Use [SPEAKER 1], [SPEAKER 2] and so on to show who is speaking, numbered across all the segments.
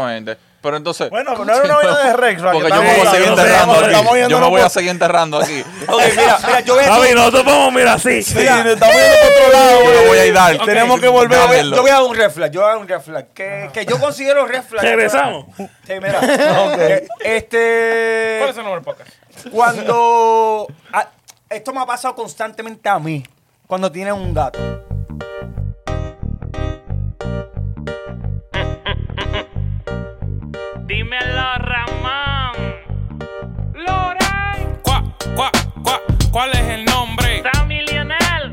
[SPEAKER 1] Exactamente. Pero entonces.
[SPEAKER 2] Bueno, pero no era una vaina de Rex, Rafa,
[SPEAKER 1] Porque
[SPEAKER 2] que
[SPEAKER 1] yo me voy
[SPEAKER 2] estamos
[SPEAKER 1] a seguir
[SPEAKER 2] hablando,
[SPEAKER 1] enterrando
[SPEAKER 2] estamos- estamos
[SPEAKER 1] aquí. Yo
[SPEAKER 2] yéndonos
[SPEAKER 1] me voy a
[SPEAKER 2] por-
[SPEAKER 1] seguir enterrando aquí.
[SPEAKER 3] Ok, mira, mira, yo voy a
[SPEAKER 4] Javi,
[SPEAKER 3] decir-
[SPEAKER 4] nosotros vamos, mira, así.
[SPEAKER 2] Mira, nos estamos yendo por otro lado,
[SPEAKER 1] Yo
[SPEAKER 2] güey.
[SPEAKER 1] lo voy a ir dar.
[SPEAKER 2] Tenemos
[SPEAKER 1] Ok,
[SPEAKER 2] que volver
[SPEAKER 3] yo
[SPEAKER 2] a
[SPEAKER 3] voy,
[SPEAKER 2] ver.
[SPEAKER 1] dámelo.
[SPEAKER 3] yo voy a dar un red flag, yo voy a dar un red flag, Que, que yo considero red flag.
[SPEAKER 4] Regresamos.
[SPEAKER 3] Sí, mira. Eh, Este.
[SPEAKER 5] ¿Cuál es el nombre del podcast?
[SPEAKER 3] Cuando. ah, esto me ha pasado constantemente a mí. Cuando tienes un gato.
[SPEAKER 6] Dímelo, Ramón. Loren.
[SPEAKER 7] ¿Cuá, cuá, cuá, ¿Cuál es el nombre?
[SPEAKER 6] Sammy Lionel.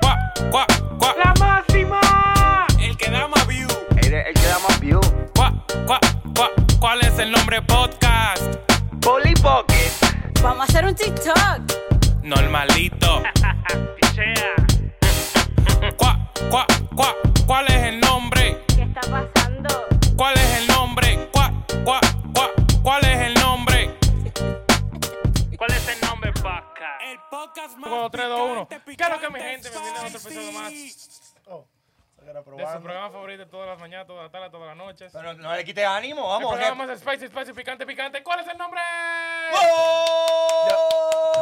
[SPEAKER 7] ¿Cuá, cuá, cuá,
[SPEAKER 6] La máxima.
[SPEAKER 7] El que da más view.
[SPEAKER 8] Eres el que da más view.
[SPEAKER 7] ¿Cuá, cuá, cuá, ¿Cuál es el nombre podcast?
[SPEAKER 8] Polly Pocket.
[SPEAKER 9] Vamos a hacer un TikTok.
[SPEAKER 7] Normalito.
[SPEAKER 6] Pichea.
[SPEAKER 7] ¿Cuá, cuá, cuá, ¿Cuál es el nombre?
[SPEAKER 9] ¿Qué está pasando?
[SPEAKER 7] ¿Cuál es el nombre? ¿Cuá, cuá, cuá, ¿Cuál es el nombre?
[SPEAKER 6] ¿Cuál es el nombre, Paca?
[SPEAKER 7] El podcast más.
[SPEAKER 5] Cuatro, tres, dos, uno.
[SPEAKER 7] picante,
[SPEAKER 5] ¿Qué es lo que mi gente?
[SPEAKER 7] picante,
[SPEAKER 5] Bienvenidos a otro episodio más.
[SPEAKER 7] spicy.
[SPEAKER 5] De su programa favorito de todas las mañanas, todas las tardes, todas las noches. El
[SPEAKER 3] Pero no le quites ánimo, vamos.
[SPEAKER 5] programa
[SPEAKER 3] Red,
[SPEAKER 5] más spicy, spicy, picante, picante. ¿Cuál es el nombre?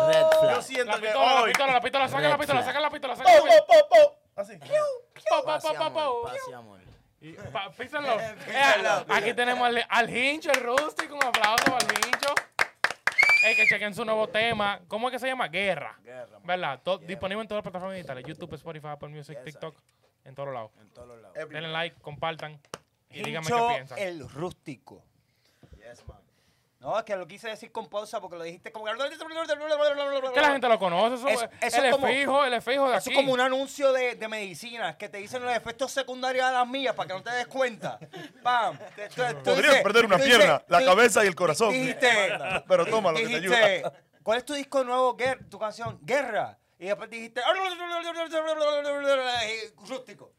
[SPEAKER 2] Red
[SPEAKER 3] Yo
[SPEAKER 2] flag.
[SPEAKER 3] siento
[SPEAKER 5] La
[SPEAKER 3] que oh,
[SPEAKER 5] pistola, la
[SPEAKER 3] hoy.
[SPEAKER 5] pistola, la pistola, saca la pistola, saca la pistola, saca la
[SPEAKER 2] Po,
[SPEAKER 5] pistola.
[SPEAKER 2] po, po, po. Así.
[SPEAKER 5] Po, po, po, po, po. Y- pa- Písalo. Eh, Aquí tenemos al, al hincho, el rústico. Un aplauso para el hincho. Ey, que chequen su nuevo tema. ¿Cómo es que se llama? Guerra. ¿Verdad? To- Disponible en todas las plataformas digitales. YouTube, Spotify, Apple Music, TikTok. En todos lados. Denle like, compartan. Y díganme
[SPEAKER 3] Hincho
[SPEAKER 5] qué piensan.
[SPEAKER 3] el rústico. No, es que lo quise decir con pausa porque lo dijiste como que.
[SPEAKER 5] Que la gente lo conoce. Eso,
[SPEAKER 3] Eso- eso
[SPEAKER 5] él
[SPEAKER 3] es
[SPEAKER 5] es
[SPEAKER 3] como-
[SPEAKER 5] fijo, él es fijo de
[SPEAKER 3] Eso
[SPEAKER 5] aquí.
[SPEAKER 3] es como un anuncio de, de medicina, que te dicen los efectos secundarios de las mías para que no te des cuenta. Pam. Te- tú- tú
[SPEAKER 2] Podrías
[SPEAKER 3] dices-
[SPEAKER 2] perder una
[SPEAKER 3] tú dices-
[SPEAKER 2] pierna, la
[SPEAKER 3] tú-
[SPEAKER 2] cabeza y el corazón.
[SPEAKER 3] Dijiste,
[SPEAKER 2] Pero toma lo que te
[SPEAKER 3] dijiste,
[SPEAKER 2] ayuda.
[SPEAKER 3] ¿cuál es tu disco nuevo, Guer- tu canción? Guerra. Y después dijiste, rústico.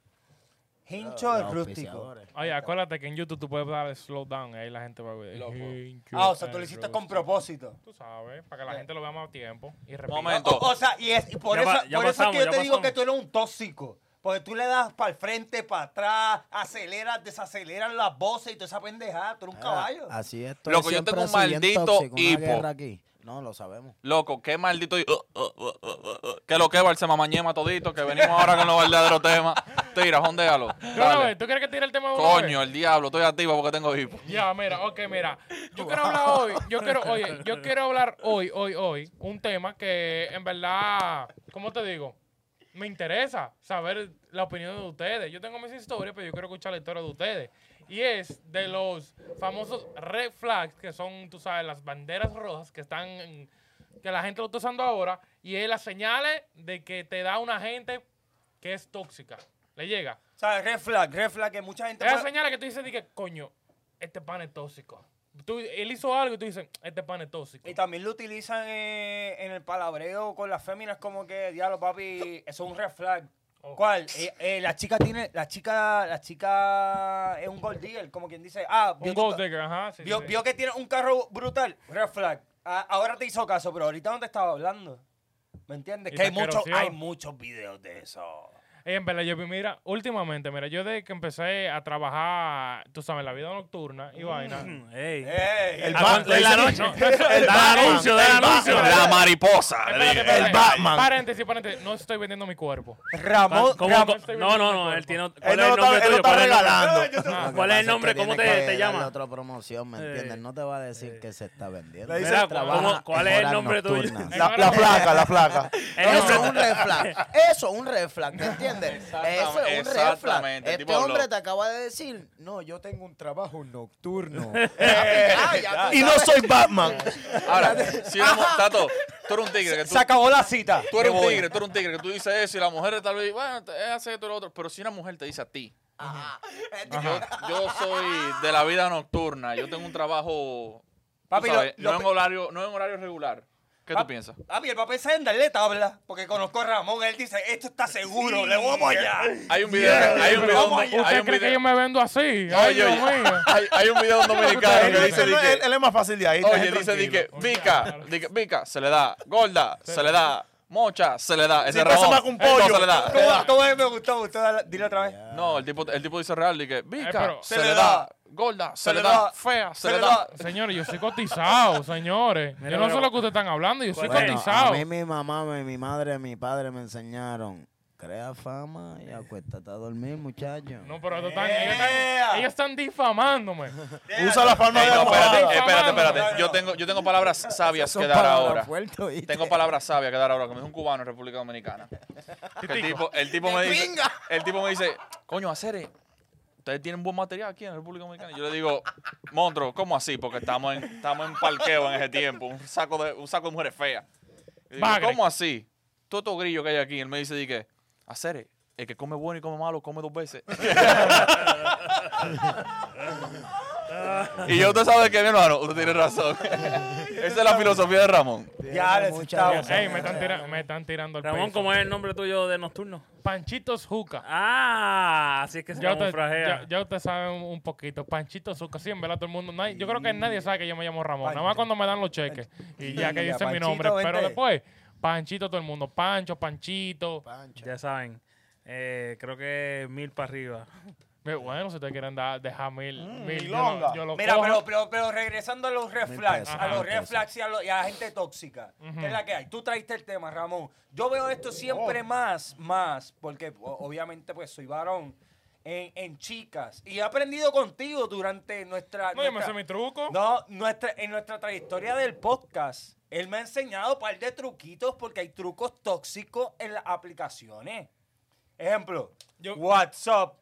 [SPEAKER 3] Hincho el rústico.
[SPEAKER 5] Oye, acuérdate que en YouTube tú puedes dar el slow down. Ahí la gente va a ver. Hincho
[SPEAKER 3] Ah, o sea, tú
[SPEAKER 5] el
[SPEAKER 3] lo hiciste con
[SPEAKER 5] rústico.
[SPEAKER 3] propósito.
[SPEAKER 5] Tú sabes, para que la gente lo vea más a tiempo. Y repita.
[SPEAKER 1] Momento.
[SPEAKER 3] O, o sea, y, es, y por
[SPEAKER 4] Ya
[SPEAKER 3] eso,
[SPEAKER 4] pa- ya
[SPEAKER 3] por eso es
[SPEAKER 4] pasamos,
[SPEAKER 3] que yo
[SPEAKER 4] ya
[SPEAKER 3] te digo que
[SPEAKER 4] pasamos.
[SPEAKER 3] tú eres un tóxico. Porque tú le das para el frente, para atrás, aceleras, desaceleras las voces y toda esa pendejada. Tú
[SPEAKER 10] Ah,
[SPEAKER 3] eres un caballo.
[SPEAKER 11] Así es.
[SPEAKER 1] Loco, yo
[SPEAKER 11] siempre
[SPEAKER 1] tengo un
[SPEAKER 11] así, bien
[SPEAKER 1] maldito
[SPEAKER 11] tóxico, una
[SPEAKER 1] hipo.
[SPEAKER 11] guerra aquí. No, lo sabemos.
[SPEAKER 1] Loco, qué maldito. Uh, uh, uh, uh, uh. Que lo que, Balsemamañema todito, que venimos ahora con los verdaderos temas. Tira, jondéalo.
[SPEAKER 5] De una
[SPEAKER 1] Dale.
[SPEAKER 5] vez, ¿Tú quieres que tire el tema de una
[SPEAKER 1] Coño,
[SPEAKER 5] vez?
[SPEAKER 1] el diablo, estoy activo porque tengo hipo.
[SPEAKER 5] Ya, mira, ok, mira. Yo quiero hablar hoy, yo quiero, oye, yo quiero hablar hoy, hoy, hoy, un tema que en verdad, ¿cómo te digo? Me interesa saber la opinión de ustedes. Yo tengo mis historias, pero yo quiero escuchar la historia de ustedes. Y es de los famosos red flags, que son, tú sabes, las banderas rojas que están, en- que la gente lo está usando ahora, y es las señales de que te da una gente que es tóxica. ¿Le llega?
[SPEAKER 3] O sea, red flag, red flag, que mucha gente...
[SPEAKER 5] Esas
[SPEAKER 3] puede-
[SPEAKER 5] señales que tú dices, que coño, este pan es tóxico. Tú- él hizo algo y tú dices, este pan es tóxico.
[SPEAKER 3] Y también lo utilizan eh, en el palabreo con las féminas como que, diablo, papi, eso es un red flag.
[SPEAKER 4] Oh.
[SPEAKER 3] ¿Cuál? Eh, eh, la chica tiene, la chica, la chica es un gold digger, como quien dice, ah, vio
[SPEAKER 5] Un
[SPEAKER 3] tu
[SPEAKER 5] gold
[SPEAKER 3] ca-
[SPEAKER 5] digger, ajá. sí,
[SPEAKER 3] vio,
[SPEAKER 5] sí.
[SPEAKER 3] vio que tiene un carro brutal, red flag. Ah, ahora te hizo caso, pero ahorita no te estaba hablando. ¿Me entiendes?
[SPEAKER 5] Y
[SPEAKER 3] Que hay
[SPEAKER 5] te
[SPEAKER 3] muchos,
[SPEAKER 5] asqueroseó.
[SPEAKER 3] hay muchos videos de eso.
[SPEAKER 5] Ey, en verdad, yo vi, mira, últimamente, mira, yo desde que empecé a trabajar, tú sabes, la vida nocturna y vaina.
[SPEAKER 4] Ey.
[SPEAKER 3] Ey,
[SPEAKER 2] El
[SPEAKER 4] Ah,
[SPEAKER 2] Batman.
[SPEAKER 4] de la noche.
[SPEAKER 5] No,
[SPEAKER 4] El anuncio, da el anuncio.
[SPEAKER 1] La mariposa.
[SPEAKER 5] Espérate,
[SPEAKER 1] dile.
[SPEAKER 5] espérate.
[SPEAKER 2] El Batman.
[SPEAKER 5] Paréntesis, paréntesis. No estoy vendiendo mi cuerpo.
[SPEAKER 3] Ramón,
[SPEAKER 4] ¿Cómo-
[SPEAKER 3] Ramón-
[SPEAKER 4] cómo- No, no, no, él tiene.
[SPEAKER 2] Él
[SPEAKER 4] ¿Cuál
[SPEAKER 2] no
[SPEAKER 4] es
[SPEAKER 2] lo
[SPEAKER 4] el nombre
[SPEAKER 2] está- él
[SPEAKER 4] tuyo?
[SPEAKER 2] lo está
[SPEAKER 4] ¿Cuál es el nombre?
[SPEAKER 11] Lo
[SPEAKER 2] regalando.
[SPEAKER 11] que
[SPEAKER 4] ¿Cuál es el
[SPEAKER 11] pasa
[SPEAKER 4] nombre?
[SPEAKER 11] que
[SPEAKER 4] ¿Cómo
[SPEAKER 11] tiene
[SPEAKER 4] te-
[SPEAKER 11] que
[SPEAKER 4] te
[SPEAKER 11] darle
[SPEAKER 4] llama?
[SPEAKER 11] otra promoción, ¿me entiendes? No te va a decir que se está vendiendo.
[SPEAKER 2] Le dice,
[SPEAKER 11] Mira,
[SPEAKER 4] ¿cómo-
[SPEAKER 11] trabaja en
[SPEAKER 4] cuál es el
[SPEAKER 11] horas
[SPEAKER 4] nombre tuyo?
[SPEAKER 11] nocturnas.
[SPEAKER 2] La, la flaca, la flaca.
[SPEAKER 4] El
[SPEAKER 11] Eso
[SPEAKER 4] nombre-
[SPEAKER 11] es un red flag. Eso es un red flag, ¿me entiendes? Eso es un red flag.
[SPEAKER 1] Exactamente,
[SPEAKER 11] Este
[SPEAKER 1] tipo habló.
[SPEAKER 11] hombre te acaba de decir, no, yo tengo un trabajo nocturno.
[SPEAKER 2] Y no soy Batman.
[SPEAKER 1] Ahora, si una mu- Tato, tú eres un tigre. Que tú,
[SPEAKER 3] se acabó la cita.
[SPEAKER 1] tú eres
[SPEAKER 3] Me
[SPEAKER 1] un
[SPEAKER 3] voy.
[SPEAKER 1] tigre, tú eres un tigre. Que tú dices eso y la mujer tal vez, bueno, te- eh, hace esto y lo otro. Pero si una mujer te dice a ti, yo, yo soy de la vida nocturna, yo tengo un trabajo. tú
[SPEAKER 3] Papi, lo-
[SPEAKER 1] sabes,
[SPEAKER 3] lo
[SPEAKER 1] no,
[SPEAKER 3] pe-
[SPEAKER 1] en horario, no en horario regular. ¿Qué
[SPEAKER 3] Ah,
[SPEAKER 1] tú piensas?
[SPEAKER 3] Papi, el papá pensar en darle tabla, porque conozco a Ramón, él dice, esto está seguro, le vamos allá.
[SPEAKER 1] Hay un video. hay un video.
[SPEAKER 3] vamos allá.
[SPEAKER 1] hay
[SPEAKER 5] ¿Usted
[SPEAKER 1] un
[SPEAKER 5] cree que yo
[SPEAKER 1] video-
[SPEAKER 5] me vendo así? Ay,
[SPEAKER 1] Oye,
[SPEAKER 5] Dios
[SPEAKER 1] oye,
[SPEAKER 5] mío.
[SPEAKER 1] hay, hay un video de un dominicano
[SPEAKER 2] Él,
[SPEAKER 1] que dice
[SPEAKER 2] él no-
[SPEAKER 1] de que-
[SPEAKER 2] él- él es más fácil de ahí. está
[SPEAKER 1] Oye,
[SPEAKER 2] bien
[SPEAKER 1] dice di que
[SPEAKER 2] tranquilo.
[SPEAKER 1] Vica, di que, Vica, se le da, gorda, se le da, mocha, se le da. El
[SPEAKER 2] Si
[SPEAKER 1] de
[SPEAKER 2] pasa
[SPEAKER 1] Ramón,
[SPEAKER 2] más que un pollo.
[SPEAKER 1] No, se le da.
[SPEAKER 3] ¿Cómo, cómo es? Me gustó, me gustó. Dale- Dile otra vez.
[SPEAKER 1] No, el tipo, el tipo dice real, y que Vica,
[SPEAKER 5] pero-
[SPEAKER 1] se, le da. Gorda, se, le da. Fea, se, le da.
[SPEAKER 5] Señores, yo soy cotizado, señores. Yo no sé lo que ustedes están hablando, yo soy
[SPEAKER 10] Bueno, a
[SPEAKER 5] cotizado.
[SPEAKER 10] mí mi mamá, mi, mi madre, mi padre me enseñaron. Crea fama y acuéstate a dormir, muchacho.
[SPEAKER 5] No, pero ellos están, ellos están, ellos están difamándome.
[SPEAKER 2] Usa la palma de
[SPEAKER 1] Ey, no,
[SPEAKER 2] la
[SPEAKER 1] espérate,
[SPEAKER 2] mano.
[SPEAKER 5] Ey,
[SPEAKER 1] espérate,
[SPEAKER 5] mano,
[SPEAKER 1] espérate.
[SPEAKER 5] mano.
[SPEAKER 1] Yo tengo, yo tengo palabras sabias que dar ahora. Tengo palabras sabias que dar ahora, que me dijo un cubano en República Dominicana. Que El tipo, el tipo me dice, el tipo me dice, coño, hacer ustedes tienen buen material aquí en República Dominicana. Y yo le digo, monstruo, ¿cómo así? Porque estamos en, estamos en parqueo en ese tiempo, un saco de, un saco de mujeres feas. Y digo,
[SPEAKER 5] Bagre.
[SPEAKER 1] ¿Cómo así? Todo estos grillo que hay aquí. Él me dice, dije, hacer el que come bueno y come malo, come dos veces. y yo usted sabe que mi hermano, usted tiene razón. Esa es la filosofía de Ramón.
[SPEAKER 3] Ya, les
[SPEAKER 10] muchas
[SPEAKER 3] estamos.
[SPEAKER 5] Ey, me están, tira- me están tirando el
[SPEAKER 4] Ramón,
[SPEAKER 5] peso.
[SPEAKER 4] ¿cómo es el nombre tuyo de Nocturno?
[SPEAKER 5] Panchitos Juca.
[SPEAKER 4] Ah, así es que se
[SPEAKER 5] Ya ustedes
[SPEAKER 4] camuflajea.
[SPEAKER 5] ya- ya ustedes saben un poquito. Panchitos Juca. Sí, en verdad todo el mundo. nadie- yo creo que nadie sabe que yo me llamo Ramón. Nada más cuando me dan los cheques. Y ya que
[SPEAKER 3] Ya,
[SPEAKER 5] dicen mi
[SPEAKER 3] Panchito,
[SPEAKER 5] nombre. Pero
[SPEAKER 3] vente.
[SPEAKER 5] después, Panchito todo el mundo. Pancho, Panchito.
[SPEAKER 4] Ya saben. Eh, creo que mil para arriba.
[SPEAKER 5] Me- Bueno, si ustedes quieren dar, dejar mil. mil yo lo-
[SPEAKER 2] milonga.
[SPEAKER 5] yo lo
[SPEAKER 3] Mm, Mira,
[SPEAKER 5] cojo.
[SPEAKER 3] pero, pero, pero regresando a los red flags,
[SPEAKER 10] pesos,
[SPEAKER 3] a los
[SPEAKER 10] mil
[SPEAKER 3] red
[SPEAKER 10] pesos.
[SPEAKER 3] flags y a, lo- y a la gente tóxica, que es la que hay. Tú traiste el tema, Ramón. Yo veo esto
[SPEAKER 10] Oh.
[SPEAKER 3] siempre más, más, porque o- obviamente pues soy varón, en, en chicas. Y he aprendido contigo durante nuestra...
[SPEAKER 5] No, yo me
[SPEAKER 3] nuestra-
[SPEAKER 5] sé mi truco.
[SPEAKER 3] No, nuestra, en nuestra trayectoria del podcast, él me ha enseñado un par de truquitos porque hay trucos tóxicos en las aplicaciones. Ejemplo,
[SPEAKER 5] Yo-
[SPEAKER 3] WhatsApp.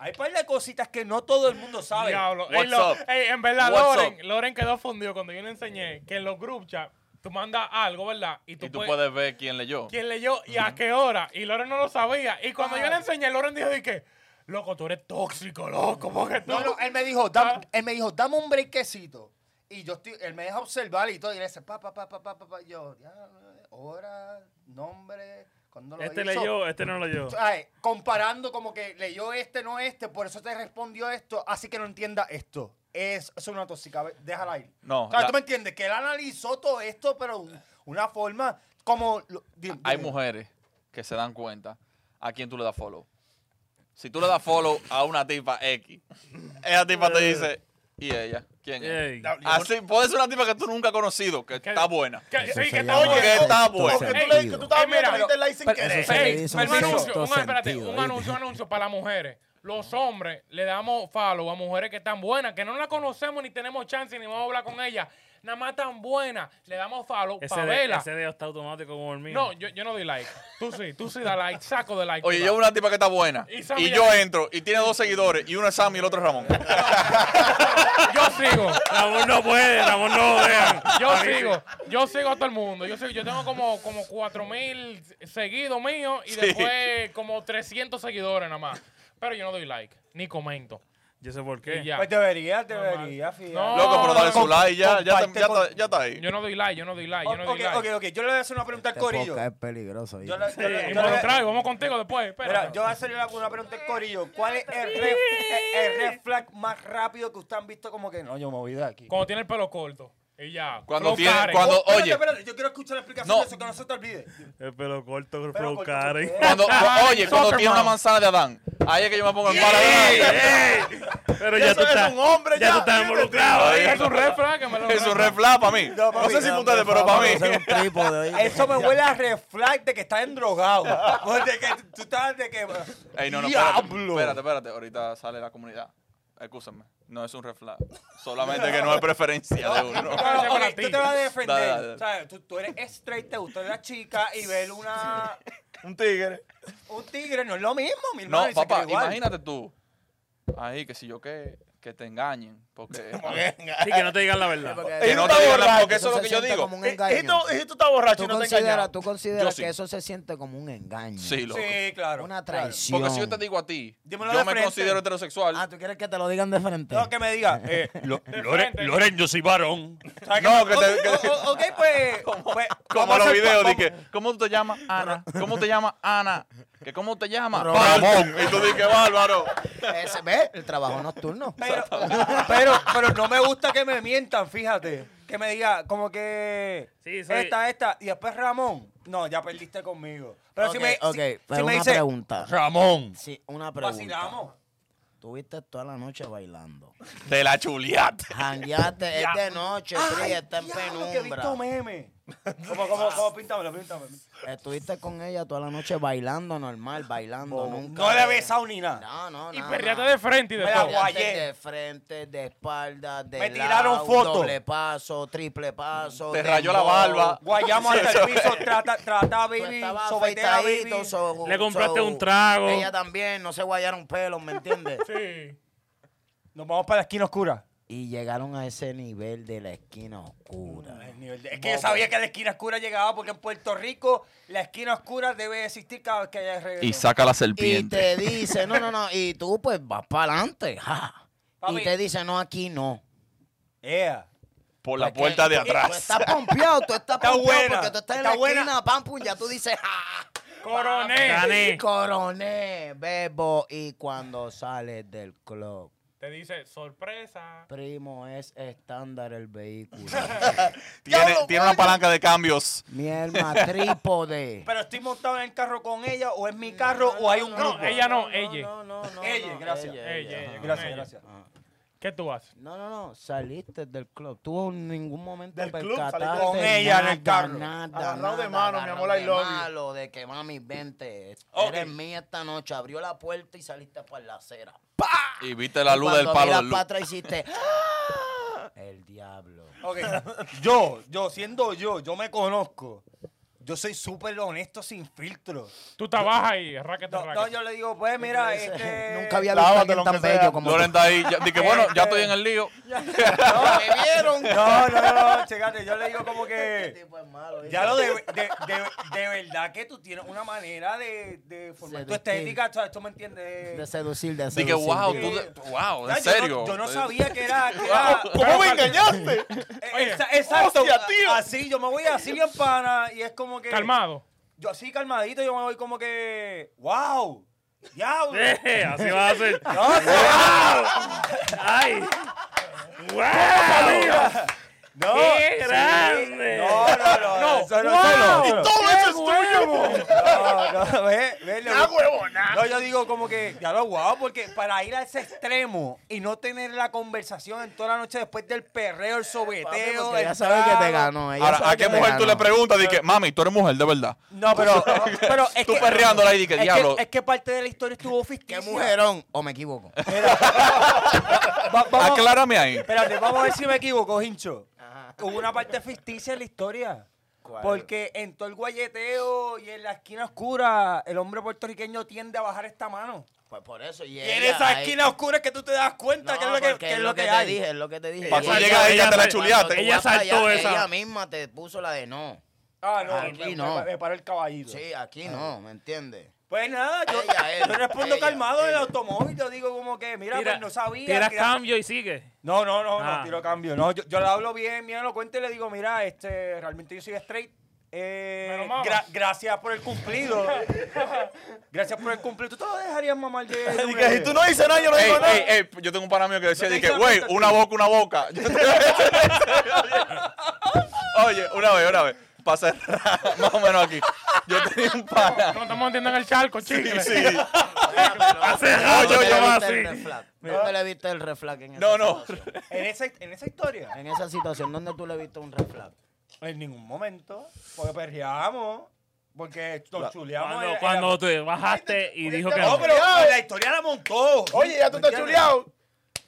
[SPEAKER 3] Hay un par de cositas que no todo el mundo sabe.
[SPEAKER 5] Diablo. Ey,
[SPEAKER 1] What's
[SPEAKER 5] lo-
[SPEAKER 1] up?
[SPEAKER 5] ey, en verdad,
[SPEAKER 1] What's
[SPEAKER 5] Loren, Loren quedó fundido cuando yo le enseñé que en los group chat tú mandas algo, ¿verdad? Y tú,
[SPEAKER 1] Y tú
[SPEAKER 5] puedes,
[SPEAKER 1] puedes ver quién leyó.
[SPEAKER 5] quién leyó y a qué hora. Y Loren no lo sabía. Y cuando yo le enseñé, Loren dijo, y que, loco, tú eres tóxico, loco, porque tú...
[SPEAKER 11] No,
[SPEAKER 10] eh,
[SPEAKER 11] no, él me dijo, dame, él me dijo, dame un brequecito. Y yo estoy, él me deja observar y todo, y le dice, pa, pa, pa, pa, pa, pa, pa. Yo, ya,
[SPEAKER 3] eh,
[SPEAKER 11] hora, nombre, cuando lo
[SPEAKER 4] Este
[SPEAKER 11] hizo.
[SPEAKER 4] leyó, este no leyó.
[SPEAKER 11] Ay, comparando como que leyó este, no este, por eso te respondió esto, así que no entienda esto. Es, es una tóxica, ve, déjala ir.
[SPEAKER 1] No,
[SPEAKER 11] Claro,
[SPEAKER 1] la-
[SPEAKER 11] tú me entiendes, que él analizó todo esto, pero un- una forma como... lo- di-
[SPEAKER 1] hay
[SPEAKER 11] dime.
[SPEAKER 1] mujeres que se dan cuenta a quién tú le das follow. Si tú le das follow a una tipa X, esa tipa te dice, ¿y ella? ¿Quién es?
[SPEAKER 4] Ey.
[SPEAKER 1] Así, puede ser una tipa que tú nunca has conocido, que está buena.
[SPEAKER 5] Que-
[SPEAKER 10] Eso
[SPEAKER 5] sí, que
[SPEAKER 10] se
[SPEAKER 5] está
[SPEAKER 10] llama-
[SPEAKER 5] bueno.
[SPEAKER 1] Que está
[SPEAKER 2] Porque
[SPEAKER 1] buena.
[SPEAKER 2] tú le que tú estabas
[SPEAKER 5] Ey, mira,
[SPEAKER 2] viendo, le diste like sin
[SPEAKER 10] pero eso
[SPEAKER 2] querer.
[SPEAKER 10] se le dice
[SPEAKER 5] Ey,
[SPEAKER 10] un
[SPEAKER 5] un anuncio,
[SPEAKER 10] sexto
[SPEAKER 5] un, espérate,
[SPEAKER 10] sentido,
[SPEAKER 5] un
[SPEAKER 10] ¿oíste?
[SPEAKER 5] anuncio, un anuncio para las mujeres. Los hombres le damos follow a mujeres que están buenas, que no las conocemos ni tenemos chance ni vamos a hablar con ellas. Nada más tan buenas, le damos follow
[SPEAKER 4] Ese
[SPEAKER 5] para
[SPEAKER 4] de,
[SPEAKER 5] verla.
[SPEAKER 4] ese de está automático como el mío.
[SPEAKER 5] No, yo, yo no doy like. Tú sí, tú sí da like, saco de like.
[SPEAKER 1] Oye,
[SPEAKER 5] tú
[SPEAKER 1] yo
[SPEAKER 5] das.
[SPEAKER 1] una tipa que está buena
[SPEAKER 5] Y Sammy
[SPEAKER 1] y
[SPEAKER 5] ya- Ah.
[SPEAKER 1] yo entro y tiene dos seguidores y uno es Sammy y el otro es Ramón.
[SPEAKER 5] yo sigo,
[SPEAKER 4] Ramón no puede, Ramón no vean.
[SPEAKER 5] yo sigo, yo sigo a todo el mundo. Yo sigo, yo tengo como, como 4000 seguidos míos y
[SPEAKER 1] Sí.
[SPEAKER 5] después como 300 seguidores nada más. Pero yo no doy like, ni comento.
[SPEAKER 4] Yo sé por
[SPEAKER 5] Y
[SPEAKER 4] qué.
[SPEAKER 5] ya.
[SPEAKER 3] Pues debería, debería, fíjate.
[SPEAKER 5] No.
[SPEAKER 1] Loco, pero dale su
[SPEAKER 5] Con-
[SPEAKER 1] like ya, ya, está-
[SPEAKER 3] comparte
[SPEAKER 1] ya
[SPEAKER 3] con-
[SPEAKER 1] está, ya está ahí.
[SPEAKER 5] Yo no doy like, yo no doy like, yo no doy
[SPEAKER 3] ok,
[SPEAKER 5] like.
[SPEAKER 3] ok, ok. Yo le voy a hacer una pregunta al
[SPEAKER 10] Este
[SPEAKER 3] corillo.
[SPEAKER 10] podcast es peligroso.
[SPEAKER 3] Yo le, yo
[SPEAKER 10] ¿oíste?
[SPEAKER 3] le- yo le-
[SPEAKER 5] Involucrado, vamos contigo después.
[SPEAKER 3] Mira,
[SPEAKER 5] Espera.
[SPEAKER 3] yo voy a hacerle la- una pregunta al corillo. ¿Cuál es el red, el- el red flag más rápido que ustedes han visto como que no, yo me voy de aquí?
[SPEAKER 5] Cuando tiene el pelo corto. Y ya.
[SPEAKER 1] Cuando
[SPEAKER 5] Flow
[SPEAKER 1] tiene-
[SPEAKER 5] Karen.
[SPEAKER 1] cuando-
[SPEAKER 3] Oh, espérate,
[SPEAKER 1] oye.
[SPEAKER 3] espérate, yo quiero escuchar la explicación
[SPEAKER 1] No.
[SPEAKER 3] de eso, que no se te olvide.
[SPEAKER 4] El pelo corto, el
[SPEAKER 3] Pero
[SPEAKER 4] flow
[SPEAKER 3] corto,
[SPEAKER 4] Karen.
[SPEAKER 3] ¿qué?
[SPEAKER 1] Cuando,
[SPEAKER 5] Karen,
[SPEAKER 1] oye, cuando
[SPEAKER 5] soccer
[SPEAKER 1] tiene una
[SPEAKER 5] mom.
[SPEAKER 1] manzana de Adán, ahí es que yo me pongo en pala
[SPEAKER 4] Ey,
[SPEAKER 1] de Adán.
[SPEAKER 4] ey. Pero ya
[SPEAKER 2] Eso
[SPEAKER 4] tú
[SPEAKER 2] es
[SPEAKER 4] estás.
[SPEAKER 2] un hombre
[SPEAKER 4] Ya tú
[SPEAKER 2] ya.
[SPEAKER 4] estás involucrado ahí.
[SPEAKER 5] Uh, Es un red flag, en verdad,
[SPEAKER 1] Es un
[SPEAKER 5] red
[SPEAKER 1] red
[SPEAKER 5] flag.
[SPEAKER 1] flag para mí.
[SPEAKER 3] No,
[SPEAKER 1] No
[SPEAKER 3] papi,
[SPEAKER 1] sé si
[SPEAKER 3] no,
[SPEAKER 1] para ustedes, pero para mí.
[SPEAKER 10] Hacer un trípode, ¿oíste?
[SPEAKER 3] Eso me huele a red flag de que estás endrogado. de que tú estás de que.
[SPEAKER 1] Ey, no, no, espérate,
[SPEAKER 3] ¡Diablo!
[SPEAKER 1] espérate, espérate. Ahorita sale la comunidad. Excúsenme. No es un reflag. Solamente que no es preferencia de uno.
[SPEAKER 3] Pero,
[SPEAKER 5] Para
[SPEAKER 3] ok,
[SPEAKER 5] ti.
[SPEAKER 3] tú te vas a
[SPEAKER 1] Dale,
[SPEAKER 3] defender.
[SPEAKER 1] dale, dale.
[SPEAKER 3] ¿sabes? Tú, tú eres straight, te gustó la chica y ver una,
[SPEAKER 2] Un tigre.
[SPEAKER 3] un tigre no es lo mismo, mi hermano.
[SPEAKER 1] No,
[SPEAKER 3] y se
[SPEAKER 1] papá,
[SPEAKER 3] cree igual.
[SPEAKER 1] imagínate tú. Ahí, que si yo que, que te engañen. Porque.
[SPEAKER 4] Sí, que no te digan la verdad.
[SPEAKER 1] que no te
[SPEAKER 2] Está
[SPEAKER 1] digan la-
[SPEAKER 2] borracho,
[SPEAKER 1] porque eso es lo
[SPEAKER 10] se
[SPEAKER 1] que yo
[SPEAKER 10] siente
[SPEAKER 1] digo. Eh,
[SPEAKER 10] como un
[SPEAKER 2] Y, y
[SPEAKER 10] engaño.
[SPEAKER 2] tú, y tú estás borracho
[SPEAKER 10] Tú
[SPEAKER 2] y no te
[SPEAKER 10] consideras,
[SPEAKER 2] engañas.
[SPEAKER 10] tú consideras
[SPEAKER 1] sí.
[SPEAKER 10] que eso se siente como un engaño.
[SPEAKER 1] Sí, loco.
[SPEAKER 3] Sí, claro.
[SPEAKER 10] Una
[SPEAKER 3] claro.
[SPEAKER 10] traición.
[SPEAKER 1] Porque si yo te digo a ti,
[SPEAKER 3] Dímelo de
[SPEAKER 1] yo me
[SPEAKER 3] frente.
[SPEAKER 1] considero heterosexual.
[SPEAKER 10] Ah, ¿tú quieres que te lo digan de frente?
[SPEAKER 3] No, que me diga. eh,
[SPEAKER 5] Loren-
[SPEAKER 4] Loren, yo soy varón.
[SPEAKER 1] no, que te.
[SPEAKER 3] o-
[SPEAKER 1] que-
[SPEAKER 3] o- ok, pues. pues, vamos
[SPEAKER 1] como
[SPEAKER 3] a
[SPEAKER 1] los
[SPEAKER 3] hacer-
[SPEAKER 1] videos,
[SPEAKER 3] vamos-
[SPEAKER 1] dije, ¿cómo tú te llamas Ana? ¿Cómo te llamas Ana? ¿Que ¿Cómo te llamas?
[SPEAKER 10] Ramón.
[SPEAKER 1] Y tú dices, bárbaro.
[SPEAKER 10] Ese, ¿Ves? El trabajo nocturno.
[SPEAKER 3] Pero, pero, pero no me gusta que me mientan, fíjate. Que me diga, como que.
[SPEAKER 4] Sí, soy-
[SPEAKER 3] Esta, esta. Y después Ramón. No, ya perdiste conmigo. Pero si
[SPEAKER 10] Ok,
[SPEAKER 3] me, si-
[SPEAKER 10] ok,
[SPEAKER 3] si me
[SPEAKER 10] pero una
[SPEAKER 3] dice,
[SPEAKER 10] pregunta.
[SPEAKER 1] Ramón.
[SPEAKER 10] Sí, una pregunta.
[SPEAKER 3] vacilamos.
[SPEAKER 10] Tuviste toda la noche bailando.
[SPEAKER 1] Te la chuleaste.
[SPEAKER 10] Jangueaste, es de noche, Pri,
[SPEAKER 3] Ay,
[SPEAKER 10] está en
[SPEAKER 3] diablo, que he
[SPEAKER 10] penumbra.
[SPEAKER 3] visto meme. Como, como, como, píntamelo, píntamelo.
[SPEAKER 10] Estuviste con ella toda la noche bailando normal, bailando. nunca
[SPEAKER 3] No le he besado ni nada.
[SPEAKER 10] No, no,
[SPEAKER 5] Y
[SPEAKER 10] nada,
[SPEAKER 5] perreate
[SPEAKER 10] nada.
[SPEAKER 5] de frente y de
[SPEAKER 3] Me la
[SPEAKER 5] todo.
[SPEAKER 3] guayé.
[SPEAKER 10] De frente, de espalda, de
[SPEAKER 3] Me tiraron
[SPEAKER 10] lado,
[SPEAKER 3] foto.
[SPEAKER 10] Doble paso, triple paso.
[SPEAKER 1] Te rayó la
[SPEAKER 10] dembow.
[SPEAKER 1] barba.
[SPEAKER 3] Guayamos hasta el piso, trata, trata,
[SPEAKER 10] Tú
[SPEAKER 3] baby,
[SPEAKER 10] estabas
[SPEAKER 3] sobetea, baby.
[SPEAKER 10] afeitadito, so-
[SPEAKER 4] Le compraste
[SPEAKER 10] so-
[SPEAKER 4] un trago.
[SPEAKER 10] Ella también, no se guayaron pelos, ¿me entiendes?
[SPEAKER 5] Sí.
[SPEAKER 3] Nos vamos para la esquina oscura.
[SPEAKER 10] Y llegaron a ese nivel de la esquina oscura.
[SPEAKER 3] El nivel de- Es que yo
[SPEAKER 10] pues.
[SPEAKER 3] sabía que la esquina oscura llegaba porque en Puerto Rico la esquina oscura debe existir cada vez que haya reggaetón.
[SPEAKER 1] Y saca la
[SPEAKER 10] Y
[SPEAKER 1] serpiente.
[SPEAKER 10] te dice, no, no, no, y tú pues vas para adelante. ja.
[SPEAKER 3] Papi.
[SPEAKER 10] Y te dice, no, aquí no.
[SPEAKER 3] Ea.
[SPEAKER 1] Por la puerta de
[SPEAKER 10] Tú- Tú
[SPEAKER 1] atrás.
[SPEAKER 10] estás pompeado, tú estás
[SPEAKER 3] Está
[SPEAKER 10] pompeado
[SPEAKER 3] buena,
[SPEAKER 10] porque tú estás en
[SPEAKER 3] está
[SPEAKER 10] la
[SPEAKER 3] buena.
[SPEAKER 10] esquina, pam, pum, ya tú dices, ja.
[SPEAKER 5] Coroné.
[SPEAKER 4] Gané.
[SPEAKER 10] Coroné, bebo, y cuando sales del club,
[SPEAKER 5] Te dice, sorpresa.
[SPEAKER 10] primo, es estándar el vehículo.
[SPEAKER 1] Tiene, tiene una palanca de cambios.
[SPEAKER 10] Mierda, trípode.
[SPEAKER 3] Pero estoy montado en el carro con ella, o es mi carro, o hay un
[SPEAKER 5] no,
[SPEAKER 3] grupo.
[SPEAKER 5] ella no, ella.
[SPEAKER 10] No, no, no, no,
[SPEAKER 3] Ella,
[SPEAKER 10] no,
[SPEAKER 3] gracias.
[SPEAKER 5] Ella,
[SPEAKER 10] ajá.
[SPEAKER 5] ella. Ah.
[SPEAKER 3] Gracias, gracias.
[SPEAKER 5] ¿Qué tú haces?
[SPEAKER 10] No, no, no, saliste del club. Tú en ningún momento
[SPEAKER 2] Del club,
[SPEAKER 10] percataste
[SPEAKER 2] salí
[SPEAKER 3] con
[SPEAKER 10] de
[SPEAKER 3] ella en el
[SPEAKER 10] nada,
[SPEAKER 3] carro.
[SPEAKER 10] Nada,
[SPEAKER 2] Agarrado de
[SPEAKER 10] nada,
[SPEAKER 2] mano, mi
[SPEAKER 10] agarrado
[SPEAKER 2] amor, I
[SPEAKER 10] de
[SPEAKER 2] love you.
[SPEAKER 10] malo, de que mami, vente,
[SPEAKER 3] Ok.
[SPEAKER 10] eres mía esta noche. Abrió la puerta y saliste para la acera.
[SPEAKER 3] Ah,
[SPEAKER 1] Y viste la
[SPEAKER 10] Y
[SPEAKER 1] luz del
[SPEAKER 10] cuando
[SPEAKER 1] palo
[SPEAKER 10] miras
[SPEAKER 1] de luz.
[SPEAKER 10] para atrás hiciste... "Ah". El diablo.
[SPEAKER 3] Ok. Yo, yo, siendo yo, yo me conozco. Yo soy súper honesto sin filtro.
[SPEAKER 5] Tú trabajas ahí, raquete,
[SPEAKER 3] No, no,
[SPEAKER 5] raquete.
[SPEAKER 3] yo le digo, pues mira, este...
[SPEAKER 10] Nunca había visto a
[SPEAKER 2] Lávatelo,
[SPEAKER 10] alguien tan
[SPEAKER 2] aunque sea.
[SPEAKER 10] bello como tú.
[SPEAKER 1] Loren está ahí. ya- Dije, bueno, ya estoy en el lío.
[SPEAKER 10] ¿Me vieron?
[SPEAKER 3] No, no, no, no, chécate, yo le digo como que...
[SPEAKER 10] tipo es malo. eh.
[SPEAKER 3] Ya lo de, de, de, de verdad que tú tienes una manera de, de formar tu
[SPEAKER 10] Seducir.
[SPEAKER 3] estética, ¿sabes? ¿Tú me entiendes?
[SPEAKER 10] De seducir, de seducir.
[SPEAKER 1] Dije, wow,
[SPEAKER 10] dile.
[SPEAKER 1] tú, de- wow,
[SPEAKER 3] Ah,
[SPEAKER 1] en
[SPEAKER 3] yo no-
[SPEAKER 1] serio.
[SPEAKER 3] Yo no, sabía que era. que era-
[SPEAKER 2] ¿Cómo me engañaste?
[SPEAKER 3] eh, exa- exacto.
[SPEAKER 2] hostia, tío.
[SPEAKER 3] Así, yo me voy así bien pana. Y es como que.
[SPEAKER 5] Calmado.
[SPEAKER 3] Yo así calmadito, yo me voy como que. ¡Wow! ¡Diablo!
[SPEAKER 4] Eh, así vas a hacer.
[SPEAKER 3] No, sí,
[SPEAKER 4] ¡Ay! ¡Wow!
[SPEAKER 3] no,
[SPEAKER 4] ¡Qué
[SPEAKER 3] sí.
[SPEAKER 4] grande!
[SPEAKER 3] No, no, no.
[SPEAKER 5] No,
[SPEAKER 3] eso no,
[SPEAKER 5] wow.
[SPEAKER 3] eso no.
[SPEAKER 2] Todo eso es
[SPEAKER 5] huevo!
[SPEAKER 3] No, no, ve, ve, le- No, yo digo como que, ya lo guau, porque para ir a ese extremo y no tener la conversación en toda la noche después del perreo, el
[SPEAKER 10] Papi,
[SPEAKER 3] sobeteo.
[SPEAKER 10] porque
[SPEAKER 3] el
[SPEAKER 10] ella sabe que te
[SPEAKER 3] trago.
[SPEAKER 10] ganó. ella
[SPEAKER 1] Ahora,
[SPEAKER 10] sabe
[SPEAKER 1] ¿a qué
[SPEAKER 10] que te
[SPEAKER 1] mujer tú
[SPEAKER 10] ganó.
[SPEAKER 1] le preguntas? Dije, mami, tú eres mujer, de verdad.
[SPEAKER 3] No, pero, pero es
[SPEAKER 1] Tú
[SPEAKER 3] que,
[SPEAKER 1] perreándola ahí, di que,
[SPEAKER 3] es
[SPEAKER 1] diablo.
[SPEAKER 3] Es que parte de la historia estuvo ficticia.
[SPEAKER 10] ¿Qué mujerón? ¿O me equivoco?
[SPEAKER 3] Va- vamos-
[SPEAKER 1] Aclárame ahí.
[SPEAKER 3] Espérate, vamos a ver si me equivoco, hincho. Hubo una parte ficticia en la historia. Porque en todo el guayeteo y en la esquina oscura, el hombre puertorriqueño tiende a bajar esta mano.
[SPEAKER 10] Pues por eso. Y,
[SPEAKER 3] Y en
[SPEAKER 10] ella
[SPEAKER 3] esa
[SPEAKER 10] ahí-
[SPEAKER 3] esquina oscura es que tú te das cuenta
[SPEAKER 10] No,
[SPEAKER 3] que es lo que,
[SPEAKER 10] porque
[SPEAKER 3] que es lo que
[SPEAKER 10] te
[SPEAKER 3] hay.
[SPEAKER 10] dije, es lo que te dije.
[SPEAKER 1] Pasó,
[SPEAKER 10] Ella-
[SPEAKER 1] llega ella, te la
[SPEAKER 10] cuando
[SPEAKER 1] chuleaste.
[SPEAKER 10] tú
[SPEAKER 4] Ella
[SPEAKER 10] vas para
[SPEAKER 4] saltó
[SPEAKER 10] allá,
[SPEAKER 4] esa.
[SPEAKER 10] Ella misma te puso la de no.
[SPEAKER 3] Ah, no,
[SPEAKER 10] Aquí
[SPEAKER 3] me-
[SPEAKER 10] no.
[SPEAKER 3] Me, me paró el caballito.
[SPEAKER 10] Sí, aquí
[SPEAKER 2] Ah.
[SPEAKER 10] no, ¿me entiendes?
[SPEAKER 3] Pues nada, yo,
[SPEAKER 10] Ella, él,
[SPEAKER 3] yo respondo
[SPEAKER 10] ella,
[SPEAKER 3] calmado en el
[SPEAKER 10] ella.
[SPEAKER 3] automóvil. Yo digo como que, mira,
[SPEAKER 4] Tira-
[SPEAKER 3] pues no sabía.
[SPEAKER 4] Tiras
[SPEAKER 3] tira-
[SPEAKER 4] cambio y sigue.
[SPEAKER 3] No, no, no, no
[SPEAKER 4] Ah.
[SPEAKER 3] tiro cambio. No, yo, yo le hablo bien, bien elocuente y le digo, mira, este, realmente yo soy straight. Eh,
[SPEAKER 5] Pero mamas.
[SPEAKER 3] gra- gracias por el cumplido. gracias por el cumplido. ¿Tú te lo dejarías mamar de- de un
[SPEAKER 2] Dije,
[SPEAKER 3] bebé?
[SPEAKER 2] si tú no dices nada, yo no
[SPEAKER 1] Ey,
[SPEAKER 2] digo
[SPEAKER 1] ey,
[SPEAKER 2] nada.
[SPEAKER 1] ey, yo tengo un pana mío que decía,
[SPEAKER 3] No te
[SPEAKER 1] dije,
[SPEAKER 3] hice
[SPEAKER 1] güey,
[SPEAKER 3] cuenta,
[SPEAKER 1] una
[SPEAKER 3] tío".
[SPEAKER 1] boca, una boca. Oye, una vez, una vez, para cerrar, más o menos aquí. Yo tenía un pana.
[SPEAKER 5] No estamos metiendo en el charco, chicle.
[SPEAKER 1] Sí.
[SPEAKER 4] Hace
[SPEAKER 2] Ah,
[SPEAKER 1] yo-
[SPEAKER 10] ¿Dónde
[SPEAKER 4] rato
[SPEAKER 1] yo
[SPEAKER 10] le
[SPEAKER 4] yo
[SPEAKER 10] viste el
[SPEAKER 4] así.
[SPEAKER 10] reflag? ¿Dónde le viste el reflag en esa
[SPEAKER 1] No, no.
[SPEAKER 10] situación?
[SPEAKER 3] En esa, en esa historia.
[SPEAKER 10] En esa situación, ¿dónde tú le viste un reflag?
[SPEAKER 3] En ningún momento. Porque perreamos. Porque nos chuleamos.
[SPEAKER 4] Cuando,
[SPEAKER 3] era-
[SPEAKER 4] cuando
[SPEAKER 3] era-
[SPEAKER 4] te bajaste y dijo que
[SPEAKER 3] No,
[SPEAKER 4] no.
[SPEAKER 3] pero la historia la montó.
[SPEAKER 2] Oye, ya tú estás chuleado.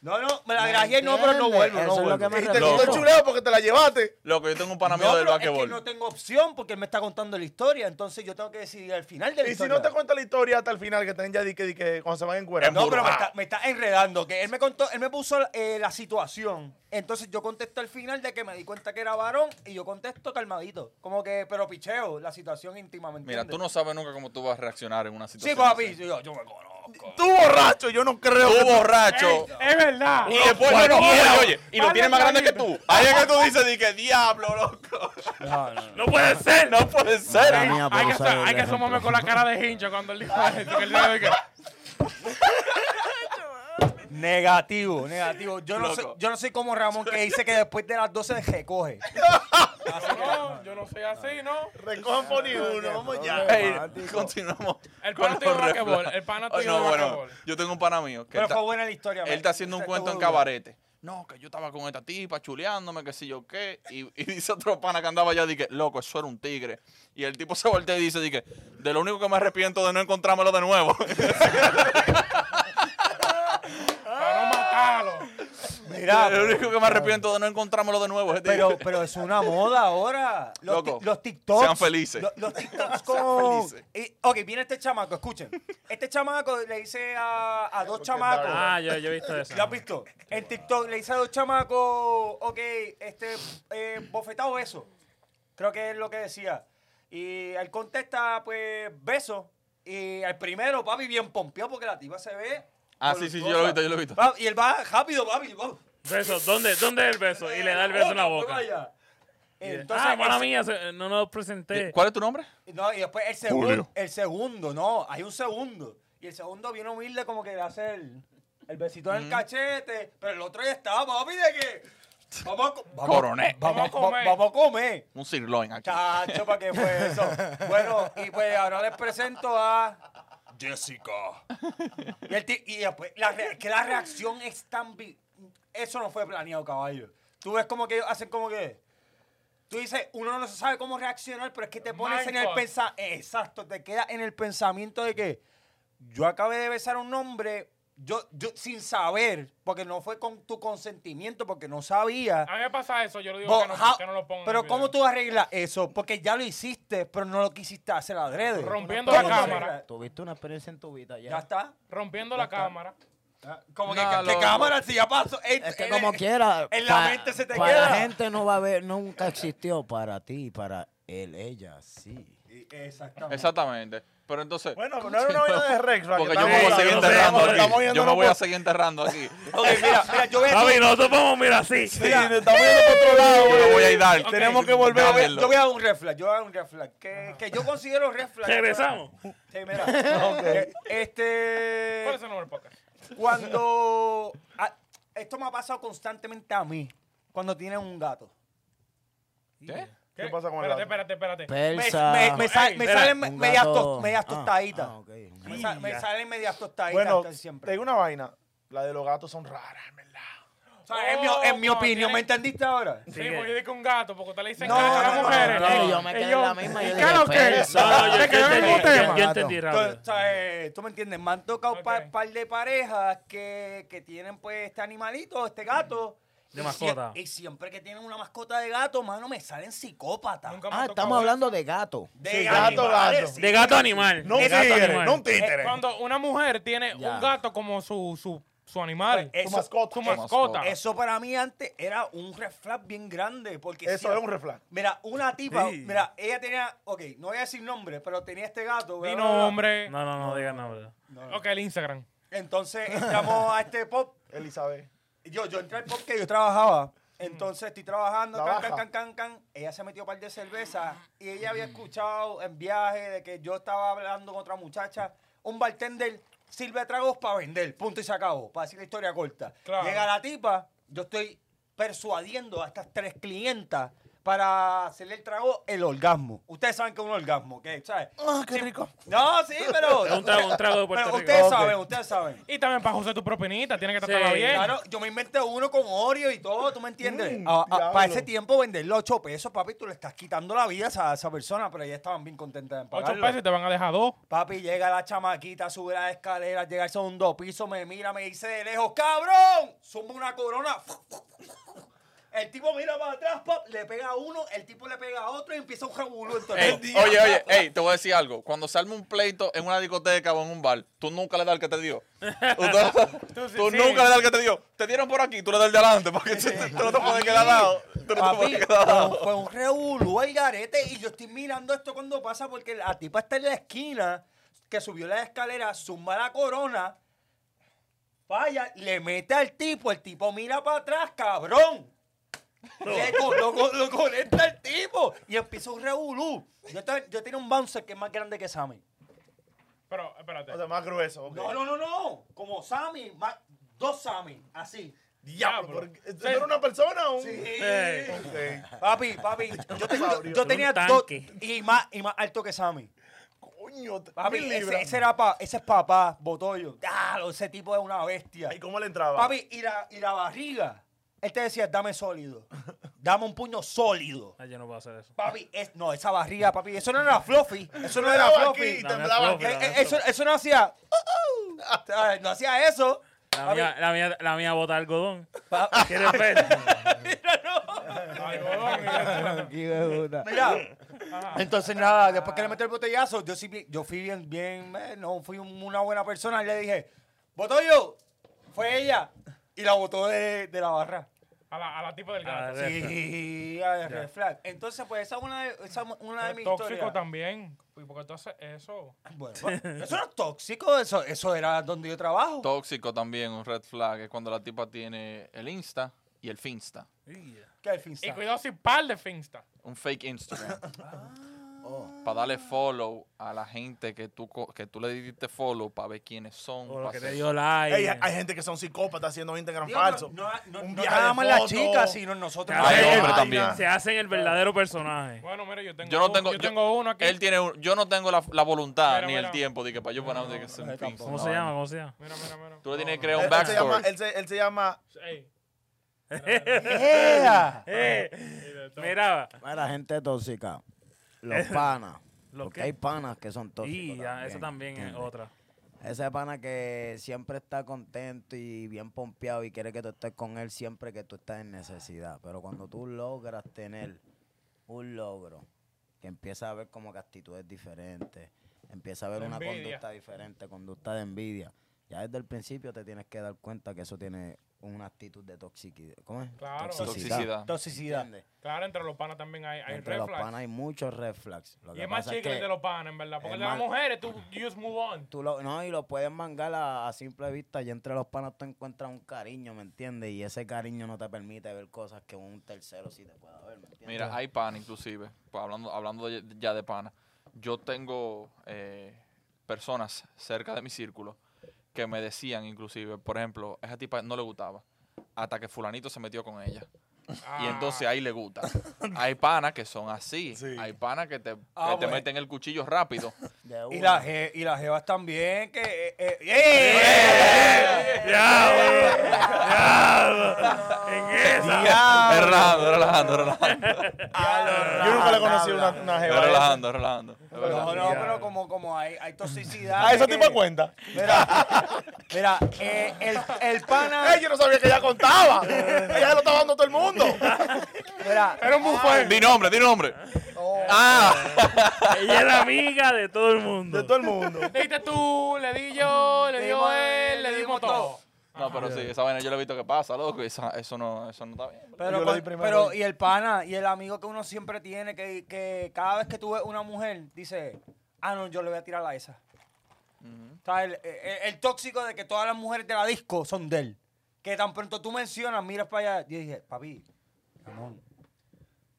[SPEAKER 3] No, no, me la
[SPEAKER 10] ¿Me
[SPEAKER 3] grajeé, no, pero no
[SPEAKER 10] entiendes?
[SPEAKER 3] vuelvo, no
[SPEAKER 10] Eso es lo
[SPEAKER 3] vuelvo.
[SPEAKER 10] que me
[SPEAKER 2] Dijiste,
[SPEAKER 1] No.
[SPEAKER 2] tú estás chuleado porque te la llevaste.
[SPEAKER 1] Loco, yo tengo un pana
[SPEAKER 3] No,
[SPEAKER 1] mío del
[SPEAKER 3] pero es que
[SPEAKER 1] basquetbol.
[SPEAKER 3] no tengo opción porque él me está contando la historia, entonces yo tengo que decidir al final de la
[SPEAKER 2] Y si
[SPEAKER 3] historia.
[SPEAKER 2] no te cuenta la historia hasta el final, que están ya di que, di que cuando se van en cuero.
[SPEAKER 1] Embu-
[SPEAKER 3] No, pero me
[SPEAKER 1] Burrao.
[SPEAKER 3] está, me está enredando. Que él me contó, él me puso eh, la situación. Entonces yo contesto al final de que me di cuenta que era varón y yo contesto calmadito. Como que, pero picheo la situación íntimamente.
[SPEAKER 1] Mira, tú no sabes nunca cómo tú vas a reaccionar en una
[SPEAKER 3] Sí,
[SPEAKER 1] situación.
[SPEAKER 3] papi,
[SPEAKER 1] así.
[SPEAKER 3] yo, yo me conozco.
[SPEAKER 2] Tú borracho, yo no creo.
[SPEAKER 1] Tú
[SPEAKER 2] que-
[SPEAKER 1] borracho.
[SPEAKER 5] Ey, es verdad.
[SPEAKER 1] Y después no, oye, oye, y lo
[SPEAKER 5] Vale,
[SPEAKER 1] tienes más grande que
[SPEAKER 5] David.
[SPEAKER 1] tú. Ahí es que tú dices, dije, diablo, loco.
[SPEAKER 3] No, no, no.
[SPEAKER 4] No puede ser.
[SPEAKER 1] No puede ser.
[SPEAKER 10] Mala mía,
[SPEAKER 5] Hay
[SPEAKER 10] por
[SPEAKER 5] que,
[SPEAKER 10] usar el
[SPEAKER 5] hay que
[SPEAKER 10] ejemplo.
[SPEAKER 5] asomarme con la cara de hincha cuando él dijo eso. Que él dijo que,
[SPEAKER 3] Negativo, negativo. Yo no,
[SPEAKER 1] Loco.
[SPEAKER 3] soy, yo no soy como Ramón que dice que después de las 12 recoge.
[SPEAKER 5] No, yo no soy así, ¿no?
[SPEAKER 2] Recojan por ni uno, vamos ya.
[SPEAKER 1] Ey, continuamos.
[SPEAKER 5] El
[SPEAKER 1] con
[SPEAKER 5] pana tuyo
[SPEAKER 1] los
[SPEAKER 5] de basquetbol,
[SPEAKER 1] refranes.
[SPEAKER 5] el pana
[SPEAKER 1] Oh,
[SPEAKER 5] tuyo
[SPEAKER 1] No,
[SPEAKER 5] de
[SPEAKER 1] bueno,
[SPEAKER 5] basquetbol.
[SPEAKER 1] yo tengo un pana mío. Que
[SPEAKER 3] Pero
[SPEAKER 1] él ta-
[SPEAKER 3] fue buena la historia.
[SPEAKER 1] Él está haciendo un cuento en
[SPEAKER 3] cabaret.
[SPEAKER 1] cabarete. No, que yo estaba con esta tipa chuleándome, que sé yo qué. Y, y dice otro pana que andaba allá, dije, loco, eso era un tigre. Y el tipo se voltea y dice, dije, de lo único que me arrepiento de no encontrármelo de nuevo.
[SPEAKER 5] Para no matarlo.
[SPEAKER 3] Mira,
[SPEAKER 1] lo único que me arrepiento de no encontrármelo de nuevo. es
[SPEAKER 3] Pero, pero es una moda ahora. Los,
[SPEAKER 1] Loco,
[SPEAKER 3] ti- los TikToks.
[SPEAKER 1] sean felices.
[SPEAKER 3] lo- Los, TikToks con.
[SPEAKER 1] felices.
[SPEAKER 3] y- ok, viene este chamaco, escuchen. Este chamaco le dice a, a dos chamacos.
[SPEAKER 4] Ah, yo, yo he visto eso.
[SPEAKER 3] ¿Lo has visto? En TikTok le dice a dos chamacos, ok, este, eh, bofetado beso. Creo que es lo que decía. Y él contesta, pues, beso. Y el primero, papi, bien pompeado porque la tipa se ve.
[SPEAKER 1] Ah, sí, sí, sí, yo lo he visto, yo lo he visto.
[SPEAKER 3] Va- Y él va rápido, papi. va.
[SPEAKER 4] Beso, ¿dónde, ¿dónde es el beso? Y le da el beso en la boca.
[SPEAKER 3] Vaya. Entonces,
[SPEAKER 4] ah, mala
[SPEAKER 3] ese-
[SPEAKER 4] mía, se- no lo
[SPEAKER 2] Este
[SPEAKER 4] presenté.
[SPEAKER 1] Eh, ¿Cuál es tu nombre?
[SPEAKER 3] No, y después el segundo, el segundo, no, hay un segundo. Y el segundo viene humilde como que le hace el, el besito en el cachete, pero el otro ya está, papi, de que vamos a, co- vamos,
[SPEAKER 1] Coroné.
[SPEAKER 3] vamos a
[SPEAKER 5] Vamos a comer.
[SPEAKER 3] comer. Vamos a comer.
[SPEAKER 1] Un sirloin aquí.
[SPEAKER 3] Chacho, ¿para qué fue eso? Bueno, y pues ahora les presento a...
[SPEAKER 2] Jessica.
[SPEAKER 3] Y, el ti- y después, la re- que la reacción es tan... vi- Eso no fue planeado, caballo. Tú ves como que ellos hacen como que... Tú dices, uno no sabe cómo reaccionar, pero es que te pones en el
[SPEAKER 5] Mindfuck.
[SPEAKER 3] pensamiento... Exacto, te queda en el pensamiento de que yo acabé de besar a un hombre, yo, yo sin saber, porque no fue con tu consentimiento, porque no sabía.
[SPEAKER 5] A mí me pasa eso, yo le digo
[SPEAKER 3] Bo-
[SPEAKER 5] que, no,
[SPEAKER 3] how-
[SPEAKER 5] que no lo pongan.
[SPEAKER 3] pero ¿cómo tú arreglas eso? Porque ya lo hiciste, pero no lo quisiste hacer adrede.
[SPEAKER 5] Rompiendo
[SPEAKER 3] ¿Cómo
[SPEAKER 5] la
[SPEAKER 3] tú
[SPEAKER 5] cámara.
[SPEAKER 3] arreglas?
[SPEAKER 10] Tuviste una experiencia en tu vida ya.
[SPEAKER 3] Ya está.
[SPEAKER 5] Rompiendo la cámara.
[SPEAKER 10] Ah,
[SPEAKER 3] Como que,
[SPEAKER 1] Nah,
[SPEAKER 3] que- que
[SPEAKER 1] loco.
[SPEAKER 3] cámara, si ya pasó. Eh,
[SPEAKER 10] Es que
[SPEAKER 3] eh,
[SPEAKER 10] como
[SPEAKER 3] eh,
[SPEAKER 10] quiera.
[SPEAKER 3] en la mente se te
[SPEAKER 10] para
[SPEAKER 3] queda.
[SPEAKER 10] la gente no va a ver, nunca existió para ti y para él, ella, sí.
[SPEAKER 3] y- Exactamente.
[SPEAKER 1] Exactamente. Pero entonces.
[SPEAKER 2] Bueno, pero no era una vaina de Rex, Rafa,
[SPEAKER 1] Porque
[SPEAKER 2] que
[SPEAKER 1] yo me
[SPEAKER 2] estamos
[SPEAKER 1] voy a seguir
[SPEAKER 2] hablando,
[SPEAKER 1] enterrando
[SPEAKER 2] estamos- estamos
[SPEAKER 1] aquí. Yo me
[SPEAKER 2] yéndonos
[SPEAKER 1] voy a
[SPEAKER 2] por-
[SPEAKER 1] seguir enterrando aquí.
[SPEAKER 3] Ok, mira, mira, yo voy a
[SPEAKER 4] Javi,
[SPEAKER 3] hacer-
[SPEAKER 4] nosotros vamos, mira, así.
[SPEAKER 2] Sí, nos estamos yendo por otro lado.
[SPEAKER 1] Yo me voy a ir dar.
[SPEAKER 2] Tenemos que volver a
[SPEAKER 3] yo voy a-
[SPEAKER 1] Dámelo.
[SPEAKER 3] yo voy a dar un red flag, yo voy a dar un red flag, Que, que yo considero red flag.
[SPEAKER 4] Regresamos.
[SPEAKER 3] Sí, mira. Eh, Este.
[SPEAKER 5] ¿Cuál es el nombre del podcast?
[SPEAKER 3] Cuando. a- esto me ha pasado constantemente a mí. Cuando tienes un gato.
[SPEAKER 1] ¿Qué?
[SPEAKER 2] ¿Qué pasa con el
[SPEAKER 5] Espérate, espérate,
[SPEAKER 2] gato?
[SPEAKER 5] espérate.
[SPEAKER 3] Me,
[SPEAKER 10] Persa.
[SPEAKER 3] me, me, sa-
[SPEAKER 5] Ey,
[SPEAKER 3] me
[SPEAKER 4] espera,
[SPEAKER 3] salen
[SPEAKER 10] un
[SPEAKER 3] medias,
[SPEAKER 10] gato-
[SPEAKER 3] tos- medias
[SPEAKER 10] ah,
[SPEAKER 3] tostaditas.
[SPEAKER 10] ah, ok.
[SPEAKER 3] me, sa- me
[SPEAKER 4] Ya.
[SPEAKER 3] salen medias tostaditas
[SPEAKER 2] Bueno,
[SPEAKER 3] casi siempre.
[SPEAKER 2] te digo una vaina. La de los gatos son raras, en verdad.
[SPEAKER 3] O sea, es mi, es mi
[SPEAKER 5] Oh,
[SPEAKER 3] opinión,
[SPEAKER 5] tiene-
[SPEAKER 3] ¿me entendiste ahora?
[SPEAKER 5] Sí,
[SPEAKER 4] Sigue.
[SPEAKER 5] porque yo dije un gato, porque usted le dicen
[SPEAKER 3] No,
[SPEAKER 5] gato a
[SPEAKER 3] no,
[SPEAKER 5] las
[SPEAKER 3] no,
[SPEAKER 10] no,
[SPEAKER 5] mujeres.
[SPEAKER 10] no,
[SPEAKER 5] Ey,
[SPEAKER 10] yo
[SPEAKER 3] eh,
[SPEAKER 10] me quedé
[SPEAKER 5] ey,
[SPEAKER 10] en la
[SPEAKER 5] yo-
[SPEAKER 10] misma, yo
[SPEAKER 5] ¿Y
[SPEAKER 10] dije,
[SPEAKER 5] claro qué?
[SPEAKER 10] pues,
[SPEAKER 4] No, no, yo,
[SPEAKER 5] Se quedó en el mismo
[SPEAKER 4] entendí, yo,
[SPEAKER 5] tema.
[SPEAKER 4] yo entendí,
[SPEAKER 3] Entonces,
[SPEAKER 4] rápido.
[SPEAKER 3] o sea, eh, tú me entiendes, me han tocado un par,
[SPEAKER 5] Ok.
[SPEAKER 3] de parejas que, que tienen pues este animalito, este gato.
[SPEAKER 4] De
[SPEAKER 3] Y
[SPEAKER 4] mascota.
[SPEAKER 3] sie- Y, siempre que tienen una mascota de gato, mano, me salen psicópatas.
[SPEAKER 5] Nunca me
[SPEAKER 10] Ah,
[SPEAKER 5] ha
[SPEAKER 10] estamos
[SPEAKER 5] tocado.
[SPEAKER 10] hablando de gato.
[SPEAKER 3] De
[SPEAKER 2] Sí, gato,
[SPEAKER 3] animales,
[SPEAKER 2] gato.
[SPEAKER 3] sí. Eh,
[SPEAKER 4] De gato animal.
[SPEAKER 2] No un
[SPEAKER 4] de gato
[SPEAKER 2] tigre,
[SPEAKER 4] animal.
[SPEAKER 2] no un títere.
[SPEAKER 5] Cuando una mujer tiene
[SPEAKER 10] Ya.
[SPEAKER 5] un gato como su, su, su animal,
[SPEAKER 3] Eh,
[SPEAKER 2] Tu
[SPEAKER 3] eso-
[SPEAKER 2] mascota.
[SPEAKER 5] su
[SPEAKER 2] Eso-
[SPEAKER 5] mascota.
[SPEAKER 3] Eso para mí antes era un reflag bien grande. Porque si-
[SPEAKER 2] Eso es un reflag.
[SPEAKER 3] Mira, una tipa,
[SPEAKER 4] Sí.
[SPEAKER 3] mira, ella tenía, ok, no voy a decir nombre, pero tenía este gato. bla,
[SPEAKER 5] Di
[SPEAKER 3] bla, bla.
[SPEAKER 5] nombre.
[SPEAKER 4] No, no, no, diga nada.
[SPEAKER 5] Ok, el Instagram.
[SPEAKER 3] Entonces entramos a este pop.
[SPEAKER 2] Elizabeth.
[SPEAKER 3] Yo, yo entré al pop que yo trabajaba. Entonces estoy trabajando,
[SPEAKER 2] La
[SPEAKER 3] can, can,
[SPEAKER 2] baja.
[SPEAKER 3] can, can, can. Ella se metió un par de cervezas y ella había escuchado en viaje de que yo estaba hablando con otra muchacha. Un bartender sirve tragos para vender, punto y se acabó, para decir la historia corta.
[SPEAKER 5] Claro.
[SPEAKER 3] Llega la tipa, yo estoy persuadiendo a estas tres clientas para hacerle el trago el orgasmo. Ustedes saben que es un orgasmo, ¿qué? ¿Sabes?
[SPEAKER 2] Ah, qué rico.
[SPEAKER 3] No, sí, pero...
[SPEAKER 4] Es un trago- un trago de Puerto
[SPEAKER 3] Pero
[SPEAKER 4] Rico.
[SPEAKER 3] Ustedes
[SPEAKER 2] Ok.
[SPEAKER 3] saben, ustedes saben.
[SPEAKER 5] Y también para José tu propinita, tiene que tratarla
[SPEAKER 4] Sí,
[SPEAKER 5] bien.
[SPEAKER 3] Claro, yo me inventé uno con Oreo y todo, ¿tú me entiendes? Ah,
[SPEAKER 2] Mm,
[SPEAKER 3] para
[SPEAKER 2] diablo.
[SPEAKER 3] ese tiempo venderlo a 8 pesos, papi, tú le estás quitando la vida a esa, a esa persona, pero ya estaban bien contentas de
[SPEAKER 5] Ocho
[SPEAKER 3] pagarlo.
[SPEAKER 5] pesos y te van a dejar dos.
[SPEAKER 3] Papi, llega la chamaquita, sube las escaleras, llega al segundo piso, me mira, me dice de lejos, ¡cabrón! Suma una corona. El tipo mira para atrás, pap, le pega a uno, el tipo le pega a otro y empieza un jabulú.
[SPEAKER 1] Ey, oye, oye, ey, te voy a decir algo. Cuando se arma un pleito en una discoteca o en un bar, tú nunca le das el que te dio. Tú,
[SPEAKER 5] Tú sí,
[SPEAKER 1] tú
[SPEAKER 5] sí.
[SPEAKER 1] nunca le das el que te dio. Te dieron por aquí, tú le das el de adelante, porque tú, tú no te puedes quedar dado. Tú no te
[SPEAKER 3] Papi,
[SPEAKER 1] puedes
[SPEAKER 3] fue
[SPEAKER 1] quedar
[SPEAKER 3] un,
[SPEAKER 1] dado.
[SPEAKER 3] fue un revolú al garete y yo estoy mirando esto cuando pasa porque la tipa está en la esquina que subió la escalera, zumba la corona, vaya, le mete al tipo, el tipo mira para atrás, cabrón. Le co- lo, co- lo conecta el tipo y empieza un revolú. Yo, te- yo tenía un bouncer que es más grande que Sammy.
[SPEAKER 5] Pero, espérate.
[SPEAKER 2] O sea, más grueso. ok.
[SPEAKER 3] No, no, no, no. Como Sammy, más- dos Sammy, así.
[SPEAKER 2] Diablo,
[SPEAKER 5] Diablo.
[SPEAKER 2] ¿por qué? ¿tú eres una persona o un...?
[SPEAKER 11] Sí.
[SPEAKER 2] Sí.
[SPEAKER 3] Papi, papi, yo, te- yo- yo
[SPEAKER 2] Tú eres
[SPEAKER 3] tenía
[SPEAKER 2] un
[SPEAKER 3] dos y más, y más alto que Sammy.
[SPEAKER 2] Coño, te-
[SPEAKER 3] Papi,
[SPEAKER 2] mil
[SPEAKER 3] ese,
[SPEAKER 2] libras.
[SPEAKER 3] ese era pa, ese es papá, Botoyo. Diablo, ese tipo es una bestia.
[SPEAKER 2] ¿Y cómo le entraba?
[SPEAKER 3] Papi, y la, y la barriga. Él te decía, dame sólido. Dame un puño sólido.
[SPEAKER 4] Ay, yo no puedo hacer eso.
[SPEAKER 3] Papi, es, no, esa barriga, papi, eso no era fluffy. Eso no era
[SPEAKER 2] Temblaba aquí,
[SPEAKER 3] fluffy.
[SPEAKER 2] temblaba
[SPEAKER 4] floppy,
[SPEAKER 2] aquí.
[SPEAKER 3] Eh, eh, eso, eso no hacía. uh, ¿sabes? No hacía eso.
[SPEAKER 4] La
[SPEAKER 3] Papi,
[SPEAKER 4] mía, la mía, la mía bota algodón.
[SPEAKER 3] pa-
[SPEAKER 4] ¿Quieres ver?
[SPEAKER 10] Hijo de puta.
[SPEAKER 3] Mira, entonces nada, después que le metí el botellazo, yo sí vi- yo fui bien, bien, eh, no fui un- una buena persona y le dije, Botoyo, fue ella. Y la botó de, de la barra.
[SPEAKER 5] A la, a la tipa del
[SPEAKER 4] Ah,
[SPEAKER 5] gato.
[SPEAKER 4] de-
[SPEAKER 3] Sí, a ver, red flag. Entonces, pues esa es una de, esa es una de mis
[SPEAKER 5] Es tóxico
[SPEAKER 3] historias.
[SPEAKER 5] también. ¿Y por qué tú haces eso?
[SPEAKER 3] Bueno, bueno, eso no es tóxico, eso, eso era donde yo trabajo.
[SPEAKER 1] Tóxico también, un red flag, es cuando la tipa tiene el Insta y el Finsta.
[SPEAKER 3] que al fin
[SPEAKER 5] Y
[SPEAKER 3] sabe.
[SPEAKER 5] cuidado si par de Finsta.
[SPEAKER 1] Un fake Instagram.
[SPEAKER 2] Ah. Oh.
[SPEAKER 1] Para darle follow a la gente que tú, co- que tú le diste follow para ver quiénes son.
[SPEAKER 4] O
[SPEAKER 1] pa'
[SPEAKER 4] lo que te
[SPEAKER 1] hacer-
[SPEAKER 4] dio
[SPEAKER 2] Ey,
[SPEAKER 4] like.
[SPEAKER 2] hay gente que son psicópatas haciendo Instagram
[SPEAKER 3] Digo,
[SPEAKER 2] falso.
[SPEAKER 3] No, no, no,
[SPEAKER 2] Un
[SPEAKER 3] no
[SPEAKER 2] viaje
[SPEAKER 3] nada
[SPEAKER 2] de
[SPEAKER 3] más las
[SPEAKER 2] foto.
[SPEAKER 3] chicas, sino nosotros.
[SPEAKER 4] Hay
[SPEAKER 3] también.
[SPEAKER 1] hombres también.
[SPEAKER 4] Se
[SPEAKER 3] ah.
[SPEAKER 4] hacen el verdadero personaje.
[SPEAKER 5] Bueno, mira, yo tengo,
[SPEAKER 1] Yo no
[SPEAKER 5] un-
[SPEAKER 1] tengo,
[SPEAKER 5] yo tengo uno aquí.
[SPEAKER 1] Él tiene un- yo no tengo la, la voluntad
[SPEAKER 5] Mira,
[SPEAKER 1] ni
[SPEAKER 5] mira.
[SPEAKER 1] el tiempo de que para yo poner de que sea un Finsta.
[SPEAKER 4] ¿Cómo se llama? ¿Cómo se llama?
[SPEAKER 5] Mira, mira, mira.
[SPEAKER 1] Tú le tienes que
[SPEAKER 2] Él,
[SPEAKER 1] crear un
[SPEAKER 2] él Eh, se llama,
[SPEAKER 1] backstory.
[SPEAKER 2] él, se, él se llama...
[SPEAKER 5] Ey,
[SPEAKER 3] Yeah.
[SPEAKER 4] Eh, mira,
[SPEAKER 10] Mira, gente tóxica. Los panas.
[SPEAKER 4] ¿Los
[SPEAKER 10] Porque
[SPEAKER 4] qué?
[SPEAKER 10] hay panas que son tóxicos.
[SPEAKER 4] y ya, esa también es
[SPEAKER 10] ¿entiendes?
[SPEAKER 4] otra.
[SPEAKER 10] Ese pana que siempre está contento y bien pompeado y quiere que tú estés con él siempre que tú estás en necesidad. Pero cuando tú logras tener un logro, que empieza a ver como que actitudes diferentes, empieza a ver
[SPEAKER 5] La
[SPEAKER 10] una
[SPEAKER 5] envidia.
[SPEAKER 10] conducta diferente, conducta de envidia, ya desde el principio te tienes que dar cuenta que eso tiene una actitud de toxicidad. ¿Cómo es?
[SPEAKER 5] Claro.
[SPEAKER 1] Toxicidad.
[SPEAKER 3] Toxicidad.
[SPEAKER 10] ¿Entiendes?
[SPEAKER 5] claro, entre los panas también hay, hay
[SPEAKER 10] Entre
[SPEAKER 5] red
[SPEAKER 10] los
[SPEAKER 5] flags.
[SPEAKER 10] panas hay muchos red flags. Lo
[SPEAKER 5] Y
[SPEAKER 10] que
[SPEAKER 5] es más
[SPEAKER 10] pasa es
[SPEAKER 5] chicle
[SPEAKER 10] que
[SPEAKER 5] de los panas, en verdad. Porque
[SPEAKER 10] es
[SPEAKER 5] de las
[SPEAKER 10] más-
[SPEAKER 5] mujeres, tú you just move on.
[SPEAKER 10] tú lo- no, y lo puedes mangar a, a simple vista. Y entre los panas tú encuentras un cariño, ¿me entiendes? Y ese cariño no te permite ver cosas que un tercero sí te pueda ver, ¿me entiendes?
[SPEAKER 1] Mira, hay pana inclusive, pues, hablando, hablando de- ya de pana. Yo tengo eh, personas cerca de mi círculo que me decían inclusive, por ejemplo, a esa tipa no le gustaba hasta que fulanito se metió con ella. Y entonces ahí le gusta. Hay panas que son así.
[SPEAKER 2] Sí.
[SPEAKER 1] Hay panas que te,
[SPEAKER 3] Ah,
[SPEAKER 1] que te
[SPEAKER 3] bueno.
[SPEAKER 1] meten el cuchillo rápido.
[SPEAKER 10] De
[SPEAKER 3] Y
[SPEAKER 10] una.
[SPEAKER 3] las je- y las jevas también, que... eh, eh, ¡eh! Diablo.
[SPEAKER 1] relajando, relajando, relajando.
[SPEAKER 2] Yo nunca le he conocido una, una jeva. de esas.
[SPEAKER 1] relajando, relajando. Es verdad.
[SPEAKER 3] No, no, pero como, como hay, hay toxicidad.
[SPEAKER 2] A ese
[SPEAKER 3] que-
[SPEAKER 2] tipo de Ah, cuenta.
[SPEAKER 3] Mira, mira eh, el, el pana.
[SPEAKER 2] Ey, yo no sabía que ella contaba. ella lo estaba dando a todo el mundo.
[SPEAKER 3] Mira, Oh.
[SPEAKER 5] Era un buffet.
[SPEAKER 1] Di nombre, di nombre. Ah,
[SPEAKER 4] Ella es la amiga de todo el mundo.
[SPEAKER 2] De todo el mundo.
[SPEAKER 5] Le diste tú, le di yo, le dio
[SPEAKER 3] Dimos
[SPEAKER 5] él,
[SPEAKER 3] él,
[SPEAKER 5] le
[SPEAKER 3] le
[SPEAKER 5] dimos
[SPEAKER 3] dimos
[SPEAKER 5] todo.
[SPEAKER 1] no, pero sí, esa vaina yo la he visto que pasa, loco. y esa- eso, no, eso no está bien.
[SPEAKER 3] pero,
[SPEAKER 2] Yo
[SPEAKER 3] con-
[SPEAKER 2] le di primero.
[SPEAKER 3] pero y el pana y el amigo que uno siempre tiene, que, que cada vez que tú ves una mujer, dice, ah, no, yo le voy a tirar a esa. O sea, el, el- el tóxico de que todas las mujeres de la disco son de él. Que tan pronto tú mencionas, miras para allá. Yo dije, papi, Ramón,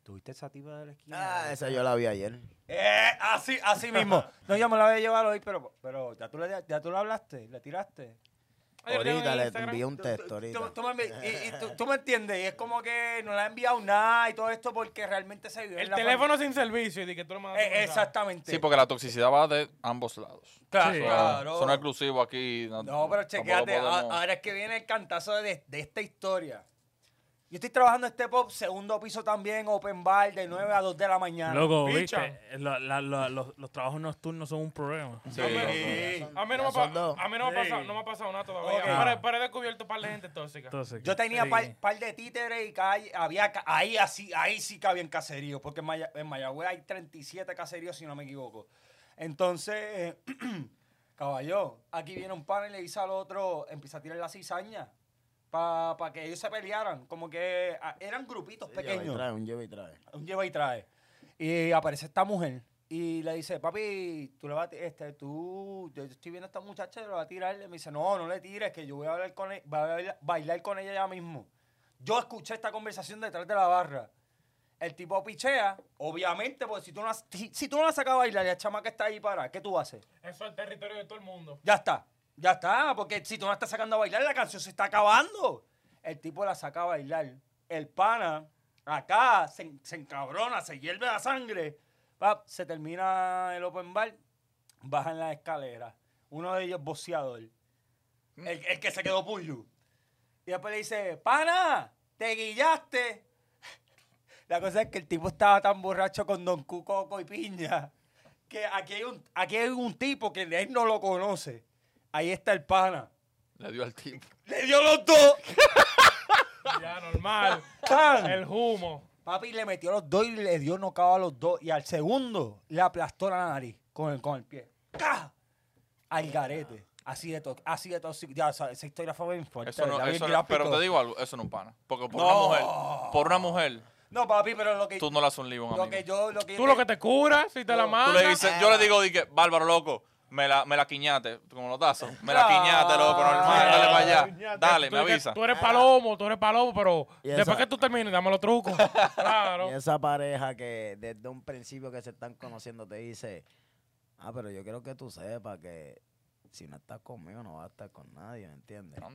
[SPEAKER 3] ¿tuviste esa tipa de la esquina?
[SPEAKER 10] Ah, esa yo la vi ayer.
[SPEAKER 3] Eh, así, así mismo. No, yo me la voy a llevar hoy, pero, pero ya, tú le, ya tú le hablaste, le tiraste.
[SPEAKER 5] Ay, yo tengo en
[SPEAKER 10] Ahorita le
[SPEAKER 5] Instagram.
[SPEAKER 10] envié un texto ahorita.
[SPEAKER 3] Tú, tú me, envi- y, y tú, tú me entiendes, y es como que no le ha enviado nada y todo esto porque realmente se vive en
[SPEAKER 5] El
[SPEAKER 3] la
[SPEAKER 5] teléfono sin servicio y di que tú lo
[SPEAKER 3] fam-
[SPEAKER 5] mandas.
[SPEAKER 3] Eh, exactamente.
[SPEAKER 1] Sí, porque la toxicidad va de ambos lados.
[SPEAKER 3] Claro,
[SPEAKER 1] Eso no-
[SPEAKER 3] claro.
[SPEAKER 1] Eso no es exclusivo aquí. No,
[SPEAKER 3] No, pero
[SPEAKER 1] tampoco
[SPEAKER 3] chequeate, a-
[SPEAKER 1] podemos-
[SPEAKER 3] ahora es que viene el cantazo de, de esta historia. Yo estoy trabajando este pop, segundo piso también, open bar, de 9 a 2 de la mañana.
[SPEAKER 4] Loco,
[SPEAKER 5] Picha.
[SPEAKER 4] viste, la- la- la- los, los trabajos nocturnos son un problema.
[SPEAKER 1] Sí.
[SPEAKER 3] Sí.
[SPEAKER 5] A mí no me,
[SPEAKER 10] Ya son
[SPEAKER 5] ha pa-
[SPEAKER 10] dos. Ah.
[SPEAKER 5] a mí no me ha
[SPEAKER 4] Sí.
[SPEAKER 5] pasado, no me ha pasado nada todavía.
[SPEAKER 3] Ok.
[SPEAKER 5] Pero, pero he descubierto un par de gente tóxica.
[SPEAKER 4] Entonces,
[SPEAKER 3] Yo tenía
[SPEAKER 4] sí.
[SPEAKER 3] par, par de títeres y calle, había, ca- ahí, así, ahí sí que había en caserío, porque en, Maya- en Mayagüez hay 37 caseríos, si no me equivoco. Entonces, caballo, aquí viene un pan y le dice al otro, empieza a tirar la cizaña para que ellos se pelearan. Como que ah, eran grupitos
[SPEAKER 10] Sí, lleva y
[SPEAKER 3] pequeños
[SPEAKER 10] trae, un lleva y trae.
[SPEAKER 3] un lleva y trae. Y aparece esta mujer y le dice, papi, tú le vas a ti- este, tú, yo estoy viendo a esta muchacha, le vas a tirar. Y me dice, no, no le tires, que yo voy a hablar con e- voy a bailar- bailar con ella ya mismo. Yo escuché esta conversación detrás de la barra. El tipo pichea, obviamente, porque si tú no, has- si, si tú no la sacas a bailar y la chama que está ahí para, ¿qué tú haces?
[SPEAKER 5] Eso es el territorio de todo el mundo.
[SPEAKER 3] Ya está, ya está, porque si tú no la estás sacando a bailar, la canción se está acabando. El tipo la saca a bailar. El pana, acá, se, en- se encabrona, se hierve la sangre. Pap, se termina el open bar, bajan las escaleras. Uno de ellos boceador. El, el que se quedó puyo. Y después le dice, pana, te guillaste. La cosa es que el tipo estaba tan borracho con Don Q, Coco y Piña que aquí hay un, aquí hay un tipo que él no lo conoce. Ahí está el pana.
[SPEAKER 1] Le dio al tipo.
[SPEAKER 3] Le dio los dos.
[SPEAKER 5] Ya, normal.
[SPEAKER 3] ¡Tan!
[SPEAKER 5] El humo.
[SPEAKER 3] Papi le metió los dos y le dio nocao a los dos. Y al segundo le aplastó la nariz con el, con el pie. ¡Ca! Al garete. Así de toque, así de tóxico. Ya, o sea, esa historia fue bien fuerte.
[SPEAKER 1] Eso no,
[SPEAKER 3] ¿verdad? Bien
[SPEAKER 1] eso no-
[SPEAKER 3] gráfico.
[SPEAKER 1] pero te digo algo, eso no es pana. Porque por
[SPEAKER 3] No.
[SPEAKER 1] una mujer, por una mujer,
[SPEAKER 3] No, papi, pero lo que,
[SPEAKER 1] tú no la haces un libro, a un
[SPEAKER 3] lo
[SPEAKER 1] amigo.
[SPEAKER 3] que yo... Lo que eh,
[SPEAKER 5] Tú lo que Ah, te curas, si te la
[SPEAKER 1] Tú
[SPEAKER 5] mandas.
[SPEAKER 1] le dices, yo le digo, di que, bárbaro, loco, me la, me la quiñate, como los tazos. Me la
[SPEAKER 3] Ah.
[SPEAKER 1] quiñate, loco, normal, dale para allá.
[SPEAKER 2] Quiñate.
[SPEAKER 1] Dale,
[SPEAKER 5] Tú
[SPEAKER 1] me
[SPEAKER 5] dices,
[SPEAKER 1] avisa.
[SPEAKER 5] Tú eres palomo, tú eres palomo, pero
[SPEAKER 10] Y
[SPEAKER 5] después
[SPEAKER 10] esa-
[SPEAKER 5] que tú termines, dame los trucos. Claro.
[SPEAKER 10] Y esa pareja que desde un principio que se están conociendo te dice, ah, pero yo quiero que tú sepas que si no estás conmigo no vas a estar con nadie, ¿me entiendes?
[SPEAKER 1] No,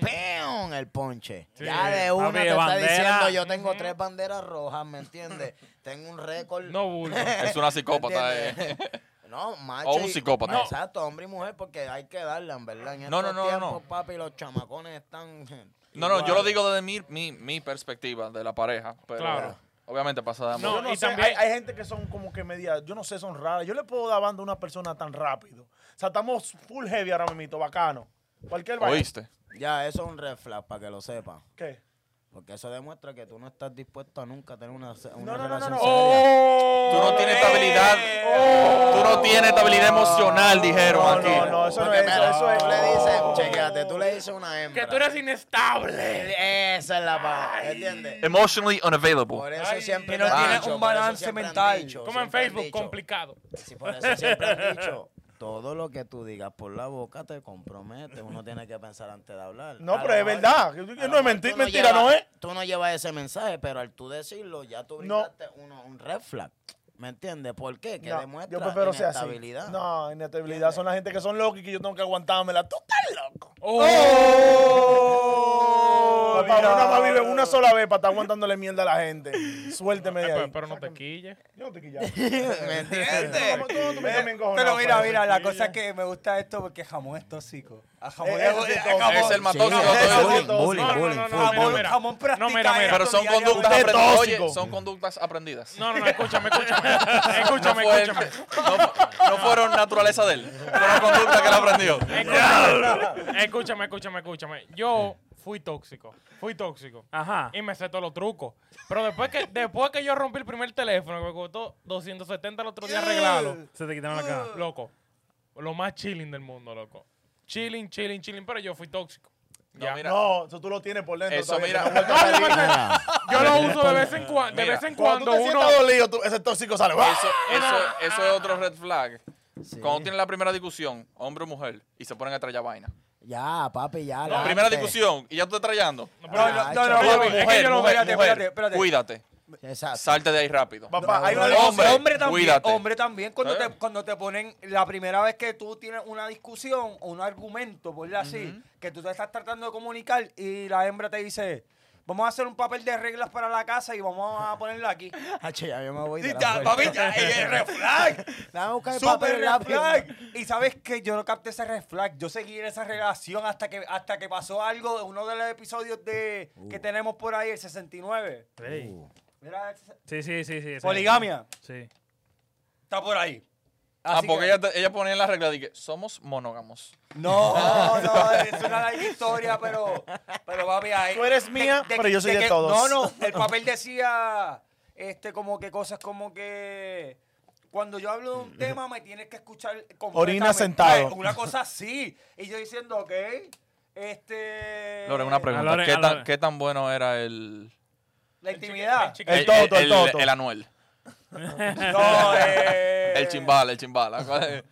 [SPEAKER 10] ¡Peón! El ponche.
[SPEAKER 5] Sí.
[SPEAKER 10] Ya de
[SPEAKER 4] Papi,
[SPEAKER 10] una te está
[SPEAKER 4] bandera.
[SPEAKER 10] diciendo, yo tengo
[SPEAKER 5] Ujú.
[SPEAKER 10] tres banderas rojas, ¿me entiendes? tengo un récord.
[SPEAKER 5] No burlo.
[SPEAKER 1] Es una psicópata,
[SPEAKER 10] ¿me
[SPEAKER 1] eh.
[SPEAKER 10] entiendes? No, macho.
[SPEAKER 1] O un
[SPEAKER 10] y-
[SPEAKER 1] psicópata.
[SPEAKER 10] No.
[SPEAKER 1] No.
[SPEAKER 10] Exacto, hombre y mujer, porque hay que darla, en verdad. En
[SPEAKER 1] No, no,
[SPEAKER 10] estos
[SPEAKER 1] no, no,
[SPEAKER 10] tiempos,
[SPEAKER 1] no.
[SPEAKER 10] papi, los chamacones están...
[SPEAKER 1] No, no, yo lo digo desde mi, mi, mi perspectiva de la pareja, pero
[SPEAKER 5] Claro.
[SPEAKER 1] obviamente pasa de amor.
[SPEAKER 5] No,
[SPEAKER 2] Yo no
[SPEAKER 5] y
[SPEAKER 2] sé,
[SPEAKER 5] también-
[SPEAKER 2] hay, hay gente que son como que media, yo no sé, son raras. Yo le puedo dar banda a una persona tan rápido. O sea, estamos full heavy ahora mismo, bacano. Cualquier vaina.
[SPEAKER 1] ¿Oíste?
[SPEAKER 10] Ya, eso es un red flag, para que lo sepas.
[SPEAKER 2] ¿Qué?
[SPEAKER 10] Porque eso demuestra que tú no estás dispuesto a nunca tener una, se- una
[SPEAKER 2] No, no, no, no,
[SPEAKER 10] relación
[SPEAKER 2] no.
[SPEAKER 10] seria.
[SPEAKER 1] Tú no tienes estabilidad.
[SPEAKER 5] Oh.
[SPEAKER 1] Tú no tienes estabilidad emocional, dijeron
[SPEAKER 2] No,
[SPEAKER 1] aquí.
[SPEAKER 2] Oh, no, no, eso no
[SPEAKER 10] Porque,
[SPEAKER 2] es eso,
[SPEAKER 10] mira,
[SPEAKER 2] eso es.
[SPEAKER 10] Tú le dices, chequéate, tú le dices una hembra.
[SPEAKER 5] Que tú eres inestable.
[SPEAKER 10] Esa es la palabra, ¿entiendes?
[SPEAKER 1] Emotionally
[SPEAKER 10] Por
[SPEAKER 1] unavailable.
[SPEAKER 10] eso
[SPEAKER 5] Ay,
[SPEAKER 3] que
[SPEAKER 10] siempre
[SPEAKER 3] no
[SPEAKER 10] lo han
[SPEAKER 1] tienes
[SPEAKER 10] dicho,
[SPEAKER 3] un
[SPEAKER 10] por eso
[SPEAKER 3] balance
[SPEAKER 10] siempre han
[SPEAKER 3] mental.
[SPEAKER 10] dicho,
[SPEAKER 5] Como en
[SPEAKER 10] siempre han
[SPEAKER 5] Facebook,
[SPEAKER 10] dicho.
[SPEAKER 5] complicado.
[SPEAKER 10] Sí, por eso siempre han dicho. Todo lo que tú digas por la boca te compromete. Uno tiene que pensar antes de hablar.
[SPEAKER 2] No,
[SPEAKER 10] A lo
[SPEAKER 2] pero es
[SPEAKER 10] mejor-
[SPEAKER 2] verdad.
[SPEAKER 10] a
[SPEAKER 2] No
[SPEAKER 10] lo
[SPEAKER 2] es
[SPEAKER 10] mejor
[SPEAKER 2] menti-
[SPEAKER 10] tú
[SPEAKER 2] mentira, ¿no
[SPEAKER 10] llevas-
[SPEAKER 2] es?
[SPEAKER 10] Tú no llevas ese mensaje, pero al tú decirlo, ya tú
[SPEAKER 2] No.
[SPEAKER 10] brindaste uno, un red flag. ¿Me entiendes? ¿Por qué? Que
[SPEAKER 2] No,
[SPEAKER 10] demuestra
[SPEAKER 2] yo prefiero ser así.
[SPEAKER 10] inestabilidad.
[SPEAKER 2] No, inestabilidad son la gente que son locos y que yo tengo que aguantármela. Tú estás loco. Oh. Papá, uno más vive una sola vez para estar aguantándole mierda a la gente. Suélteme de
[SPEAKER 5] Eh,
[SPEAKER 2] ahí.
[SPEAKER 5] Pero, pero no te quilles.
[SPEAKER 2] Yo no te quillaba.
[SPEAKER 10] ¿Me entiendes?
[SPEAKER 2] Tú no- tú me estás encojonado,
[SPEAKER 3] Pero mira,
[SPEAKER 2] padre.
[SPEAKER 3] mira, la cosa es que me gusta esto porque jamón es tóxico. A jamón
[SPEAKER 2] Eh,
[SPEAKER 3] le-
[SPEAKER 2] eso sí
[SPEAKER 3] a
[SPEAKER 2] es tóxico.
[SPEAKER 3] jamón-
[SPEAKER 1] Es el más
[SPEAKER 10] Sí,
[SPEAKER 1] tóxico.
[SPEAKER 10] es
[SPEAKER 1] todo el
[SPEAKER 2] bullying,
[SPEAKER 1] mundo.
[SPEAKER 10] bullying,
[SPEAKER 5] No, no,
[SPEAKER 10] bullying,
[SPEAKER 5] no, no,
[SPEAKER 10] full
[SPEAKER 5] no,
[SPEAKER 3] Jamón,
[SPEAKER 10] bullying.
[SPEAKER 5] mira.
[SPEAKER 3] jamón practica
[SPEAKER 5] No, mira, mira.
[SPEAKER 3] esto
[SPEAKER 1] Pero son
[SPEAKER 3] diariamente.
[SPEAKER 1] conductas
[SPEAKER 2] Usted
[SPEAKER 1] aprendidas.
[SPEAKER 2] tóxico.
[SPEAKER 1] Oye, son conductas aprendidas.
[SPEAKER 5] No, no, no, escúchame, escúchame. Escúchame,
[SPEAKER 1] fue él-
[SPEAKER 5] escúchame.
[SPEAKER 1] no fu- no fueron naturaleza de él. Fueron conductas que él aprendió.
[SPEAKER 5] Escúchame, escúchame, escúchame, escúchame. Yo fui tóxico. Fui tóxico.
[SPEAKER 4] Ajá.
[SPEAKER 5] Y me sé todos los trucos. Pero después que, después que yo rompí el primer teléfono, que me costó 270 el otro día arreglarlo,
[SPEAKER 4] Se te quitaron la cara.
[SPEAKER 5] loco. Lo más chilling del mundo, loco. Chilling, chilling, chilling. Pero yo fui tóxico.
[SPEAKER 1] No, mira.
[SPEAKER 2] No, eso tú lo tienes por dentro.
[SPEAKER 1] Eso,
[SPEAKER 2] todavía,
[SPEAKER 1] mira.
[SPEAKER 2] que no has vuelto a salir.
[SPEAKER 10] Mira,
[SPEAKER 5] Yo lo uso de vez en cuando. De
[SPEAKER 1] Mira,
[SPEAKER 5] vez en
[SPEAKER 2] Cuando
[SPEAKER 5] cuando
[SPEAKER 2] tú te
[SPEAKER 5] uno.
[SPEAKER 2] sientas dolido, tú- ese tóxico sale. ¡Ah!
[SPEAKER 1] Eso, eso, eso es otro red flag.
[SPEAKER 10] sí.
[SPEAKER 1] Cuando tienen la primera discusión, hombre o mujer, y se ponen a trallar vaina.
[SPEAKER 10] Ya, papi, ya.
[SPEAKER 1] La
[SPEAKER 10] adelante.
[SPEAKER 1] primera discusión, y ya tú estás trayando.
[SPEAKER 5] No,
[SPEAKER 3] No,
[SPEAKER 5] pero-
[SPEAKER 3] no, no, no,
[SPEAKER 1] Oye,
[SPEAKER 5] yo-
[SPEAKER 3] papi,
[SPEAKER 5] es que
[SPEAKER 1] mujer,
[SPEAKER 5] yo lo-
[SPEAKER 1] mujer,
[SPEAKER 3] espérate,
[SPEAKER 1] mujer,
[SPEAKER 3] espérate, espérate.
[SPEAKER 1] cuídate.
[SPEAKER 10] Exacto.
[SPEAKER 1] Salte de ahí rápido.
[SPEAKER 2] Papá, hay una
[SPEAKER 1] Hombre,
[SPEAKER 2] discusión.
[SPEAKER 3] hombre, también,
[SPEAKER 1] cuídate.
[SPEAKER 3] hombre también cuando te,
[SPEAKER 1] ¿Sabes?
[SPEAKER 3] cuando te ponen la primera vez que tú tienes una discusión o un argumento, por decirlo así, que tú te estás tratando de comunicar y la hembra te dice, vamos a hacer un papel de reglas para la casa y vamos a ponerlo aquí.
[SPEAKER 10] Hache, ya yo me voy de
[SPEAKER 3] Sí,
[SPEAKER 10] la
[SPEAKER 3] ya,
[SPEAKER 10] puerta.
[SPEAKER 3] papi, ya, eh, eh, red flag.
[SPEAKER 10] Dame a buscar el papel
[SPEAKER 3] Super
[SPEAKER 10] y
[SPEAKER 3] red
[SPEAKER 10] lápiz.
[SPEAKER 3] flag. Y sabes que yo no capté ese red flag. Yo seguí en esa relación hasta que hasta que pasó algo en uno de los episodios de que tenemos por ahí, el 69.
[SPEAKER 4] Ey.
[SPEAKER 10] Uh,
[SPEAKER 3] Mira, ese-
[SPEAKER 4] Sí, sí, sí, sí. sí.
[SPEAKER 3] poligamia.
[SPEAKER 4] Sí.
[SPEAKER 3] Está por ahí.
[SPEAKER 1] Ah,
[SPEAKER 3] Así
[SPEAKER 1] porque
[SPEAKER 3] que-
[SPEAKER 1] ella, te- ella ponía en la regla de que somos monógamos.
[SPEAKER 3] No, no, es una larga historia, pero, pero papi, ahí.
[SPEAKER 2] Tú eres mía, pero yo soy de
[SPEAKER 3] que-
[SPEAKER 2] todos.
[SPEAKER 3] No, no, el papel decía, este, como que cosas como que. Cuando yo hablo de un tema, me tienes que escuchar completamente.
[SPEAKER 2] Orina sentado.
[SPEAKER 3] Una cosa así. Y yo diciendo, ok, este.
[SPEAKER 1] Lore, una pregunta.
[SPEAKER 4] Lore,
[SPEAKER 1] ¿Qué,
[SPEAKER 4] a
[SPEAKER 1] tan,
[SPEAKER 4] Lore.
[SPEAKER 1] ¿Qué tan bueno era el.
[SPEAKER 3] La intimidad.
[SPEAKER 2] El toto, el toto.
[SPEAKER 1] el Anuel.
[SPEAKER 3] No, eh,
[SPEAKER 1] El chimbala, el chimbala. ¿Cuál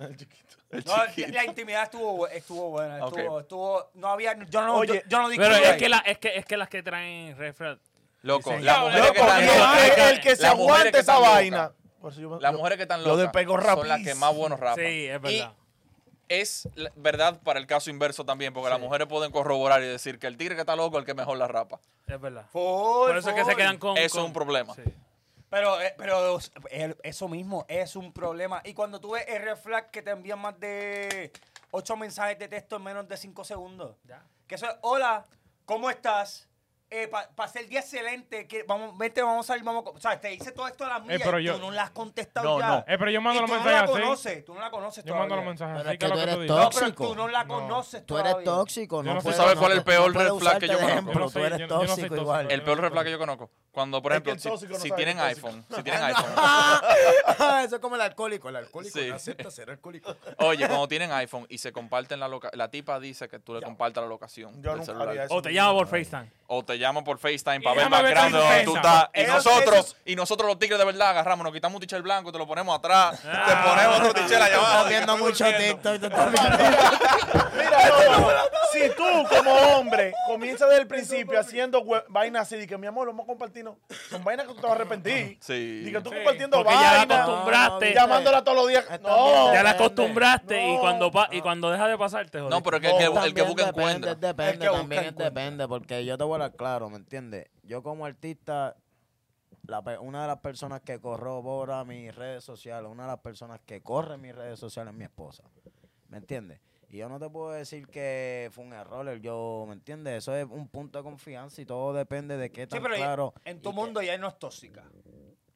[SPEAKER 1] es?
[SPEAKER 3] No, la, la intimidad estuvo, bu- estuvo buena. Estuvo,
[SPEAKER 1] Ok.
[SPEAKER 3] estuvo, no había, yo no,
[SPEAKER 2] Oye,
[SPEAKER 3] yo, yo no
[SPEAKER 4] Pero
[SPEAKER 3] discutí
[SPEAKER 4] es
[SPEAKER 3] ahí.
[SPEAKER 4] que, la, es, que, es que las que traen refra.
[SPEAKER 1] Loco,
[SPEAKER 4] Sí,
[SPEAKER 1] las
[SPEAKER 5] señor.
[SPEAKER 1] mujeres
[SPEAKER 2] Loco,
[SPEAKER 1] que están
[SPEAKER 2] y el que,
[SPEAKER 1] locas.
[SPEAKER 2] el que se
[SPEAKER 1] las mujeres
[SPEAKER 2] aguante
[SPEAKER 1] que
[SPEAKER 2] esa
[SPEAKER 1] están locas,
[SPEAKER 2] vaina. Por eso yo-
[SPEAKER 1] Las
[SPEAKER 2] yo-
[SPEAKER 1] mujeres que están
[SPEAKER 2] Lo
[SPEAKER 1] locas
[SPEAKER 2] despegó
[SPEAKER 1] son las que
[SPEAKER 2] rapidísimo.
[SPEAKER 1] más buenos rapan.
[SPEAKER 4] Sí, es verdad.
[SPEAKER 1] es la- verdad para el caso inverso también, porque las mujeres pueden corroborar y decir que el tigre que está loco es el que mejor la rapa.
[SPEAKER 4] Es verdad.
[SPEAKER 3] Por,
[SPEAKER 4] Por eso es que se
[SPEAKER 3] por.
[SPEAKER 4] quedan con.
[SPEAKER 1] Eso
[SPEAKER 4] con-
[SPEAKER 1] es un problema.
[SPEAKER 3] Pero, eh, pero el- eso mismo es un problema. Y cuando tú ves el red flag que te envían más de ocho mensajes de texto en menos de cinco segundos.
[SPEAKER 4] Ya.
[SPEAKER 3] Que eso es, hola, ¿cómo estás? Eh, Pasé el día excelente, que vamos, vente, vamos a salir, vamos a co-". O sea, te dice todo esto a las mías
[SPEAKER 5] Eh, pero
[SPEAKER 3] y
[SPEAKER 5] yo-
[SPEAKER 3] tú no las has contestado
[SPEAKER 1] No,
[SPEAKER 3] ya.
[SPEAKER 1] no.
[SPEAKER 5] Eh, pero yo mando
[SPEAKER 3] Y
[SPEAKER 5] los
[SPEAKER 3] tú no
[SPEAKER 5] mensajes
[SPEAKER 3] la
[SPEAKER 5] así.
[SPEAKER 3] conoces, tú no la conoces
[SPEAKER 5] Yo mando los
[SPEAKER 3] todavía.
[SPEAKER 5] mensajes
[SPEAKER 10] Pero es
[SPEAKER 5] así, que
[SPEAKER 10] que
[SPEAKER 5] es lo
[SPEAKER 10] tú
[SPEAKER 5] que tú
[SPEAKER 10] eres
[SPEAKER 5] dices.
[SPEAKER 3] No,
[SPEAKER 10] tóxico.
[SPEAKER 3] pero tú no la
[SPEAKER 5] No.
[SPEAKER 3] conoces
[SPEAKER 10] Tú eres
[SPEAKER 3] todavía.
[SPEAKER 10] tóxico.
[SPEAKER 5] Yo no
[SPEAKER 10] No
[SPEAKER 5] sé. ¿Tú
[SPEAKER 1] sabes
[SPEAKER 10] puedo-
[SPEAKER 1] cuál es
[SPEAKER 10] no-
[SPEAKER 1] el peor
[SPEAKER 10] no puedes
[SPEAKER 1] red flag que yo
[SPEAKER 10] usarte de
[SPEAKER 1] conozco?
[SPEAKER 10] ejemplo,
[SPEAKER 5] Yo no
[SPEAKER 10] Tú
[SPEAKER 5] soy-
[SPEAKER 10] eres
[SPEAKER 5] yo no- yo no soy
[SPEAKER 10] tóxico
[SPEAKER 5] tóxico.
[SPEAKER 10] igual.
[SPEAKER 1] El peor red flag que yo conozco. Cuando, por
[SPEAKER 2] Es que
[SPEAKER 1] ejemplo,
[SPEAKER 2] el
[SPEAKER 1] si,
[SPEAKER 2] tóxico no
[SPEAKER 1] si
[SPEAKER 2] sabe
[SPEAKER 1] tienen
[SPEAKER 2] que es tóxico.
[SPEAKER 1] iPhone, si tienen iPhone,
[SPEAKER 10] Eso es como el alcohólico. El alcohólico
[SPEAKER 1] Sí.
[SPEAKER 10] no acepta ser alcohólico.
[SPEAKER 1] oye, cuando tienen iPhone y se comparten la loca la tipa dice que tú le compartas la locación
[SPEAKER 2] Yo
[SPEAKER 1] del
[SPEAKER 2] nunca
[SPEAKER 1] celular.
[SPEAKER 2] haría eso.
[SPEAKER 4] O Oh, te llama por FaceTime.
[SPEAKER 1] O te llaman por FaceTime para
[SPEAKER 5] Y
[SPEAKER 1] ver
[SPEAKER 5] déjame ver
[SPEAKER 1] background
[SPEAKER 5] tu
[SPEAKER 1] de donde tú
[SPEAKER 5] defensa.
[SPEAKER 1] estás. Y
[SPEAKER 2] Eso-
[SPEAKER 1] nosotros,
[SPEAKER 2] eso-
[SPEAKER 1] y nosotros los tigres de verdad agarramos, nos quitamos un tichel blanco, te lo ponemos atrás, te
[SPEAKER 10] Ah.
[SPEAKER 1] ponemos otro tichel allá abajo.
[SPEAKER 10] Estás viendo mucho TikTok. tú estás viendo-
[SPEAKER 2] Mira,
[SPEAKER 1] Este
[SPEAKER 2] no, no. si tú como hombre comienzas desde el principio haciendo hue- vainas así, de que mi amor, vamos a compartirnos, son vainas que tú te vas a arrepentir.
[SPEAKER 1] Sí.
[SPEAKER 2] Y que tú
[SPEAKER 5] Sí,
[SPEAKER 2] compartiendo
[SPEAKER 4] Porque ya
[SPEAKER 2] vainas,
[SPEAKER 4] la acostumbraste.
[SPEAKER 2] llamándola todos los días. No,
[SPEAKER 4] Ya
[SPEAKER 10] Depende.
[SPEAKER 4] la acostumbraste y
[SPEAKER 2] No.
[SPEAKER 4] cuando pa- y cuando deja de pasar te jodiste.
[SPEAKER 1] Ah. No, pues, pero es que el que, el que
[SPEAKER 10] También
[SPEAKER 1] busca
[SPEAKER 10] depende,
[SPEAKER 1] encuentra.
[SPEAKER 10] Depende,
[SPEAKER 3] El que busca
[SPEAKER 10] también es
[SPEAKER 3] encuentra.
[SPEAKER 10] depende, porque yo te voy a hablar claro, ¿me entiendes? Yo como artista, la pe- una de las personas que corrobora mis redes sociales, una de las personas que corre mis redes sociales es mi esposa, ¿me entiendes? Y yo no te puedo decir que fue un error, el yo, ¿me entiendes? Eso es un punto de confianza y todo depende de qué
[SPEAKER 3] Sí,
[SPEAKER 10] tan
[SPEAKER 3] pero
[SPEAKER 10] Ah, claro.
[SPEAKER 3] en
[SPEAKER 10] y
[SPEAKER 3] tu
[SPEAKER 10] qué-
[SPEAKER 3] mundo ya no es tóxica.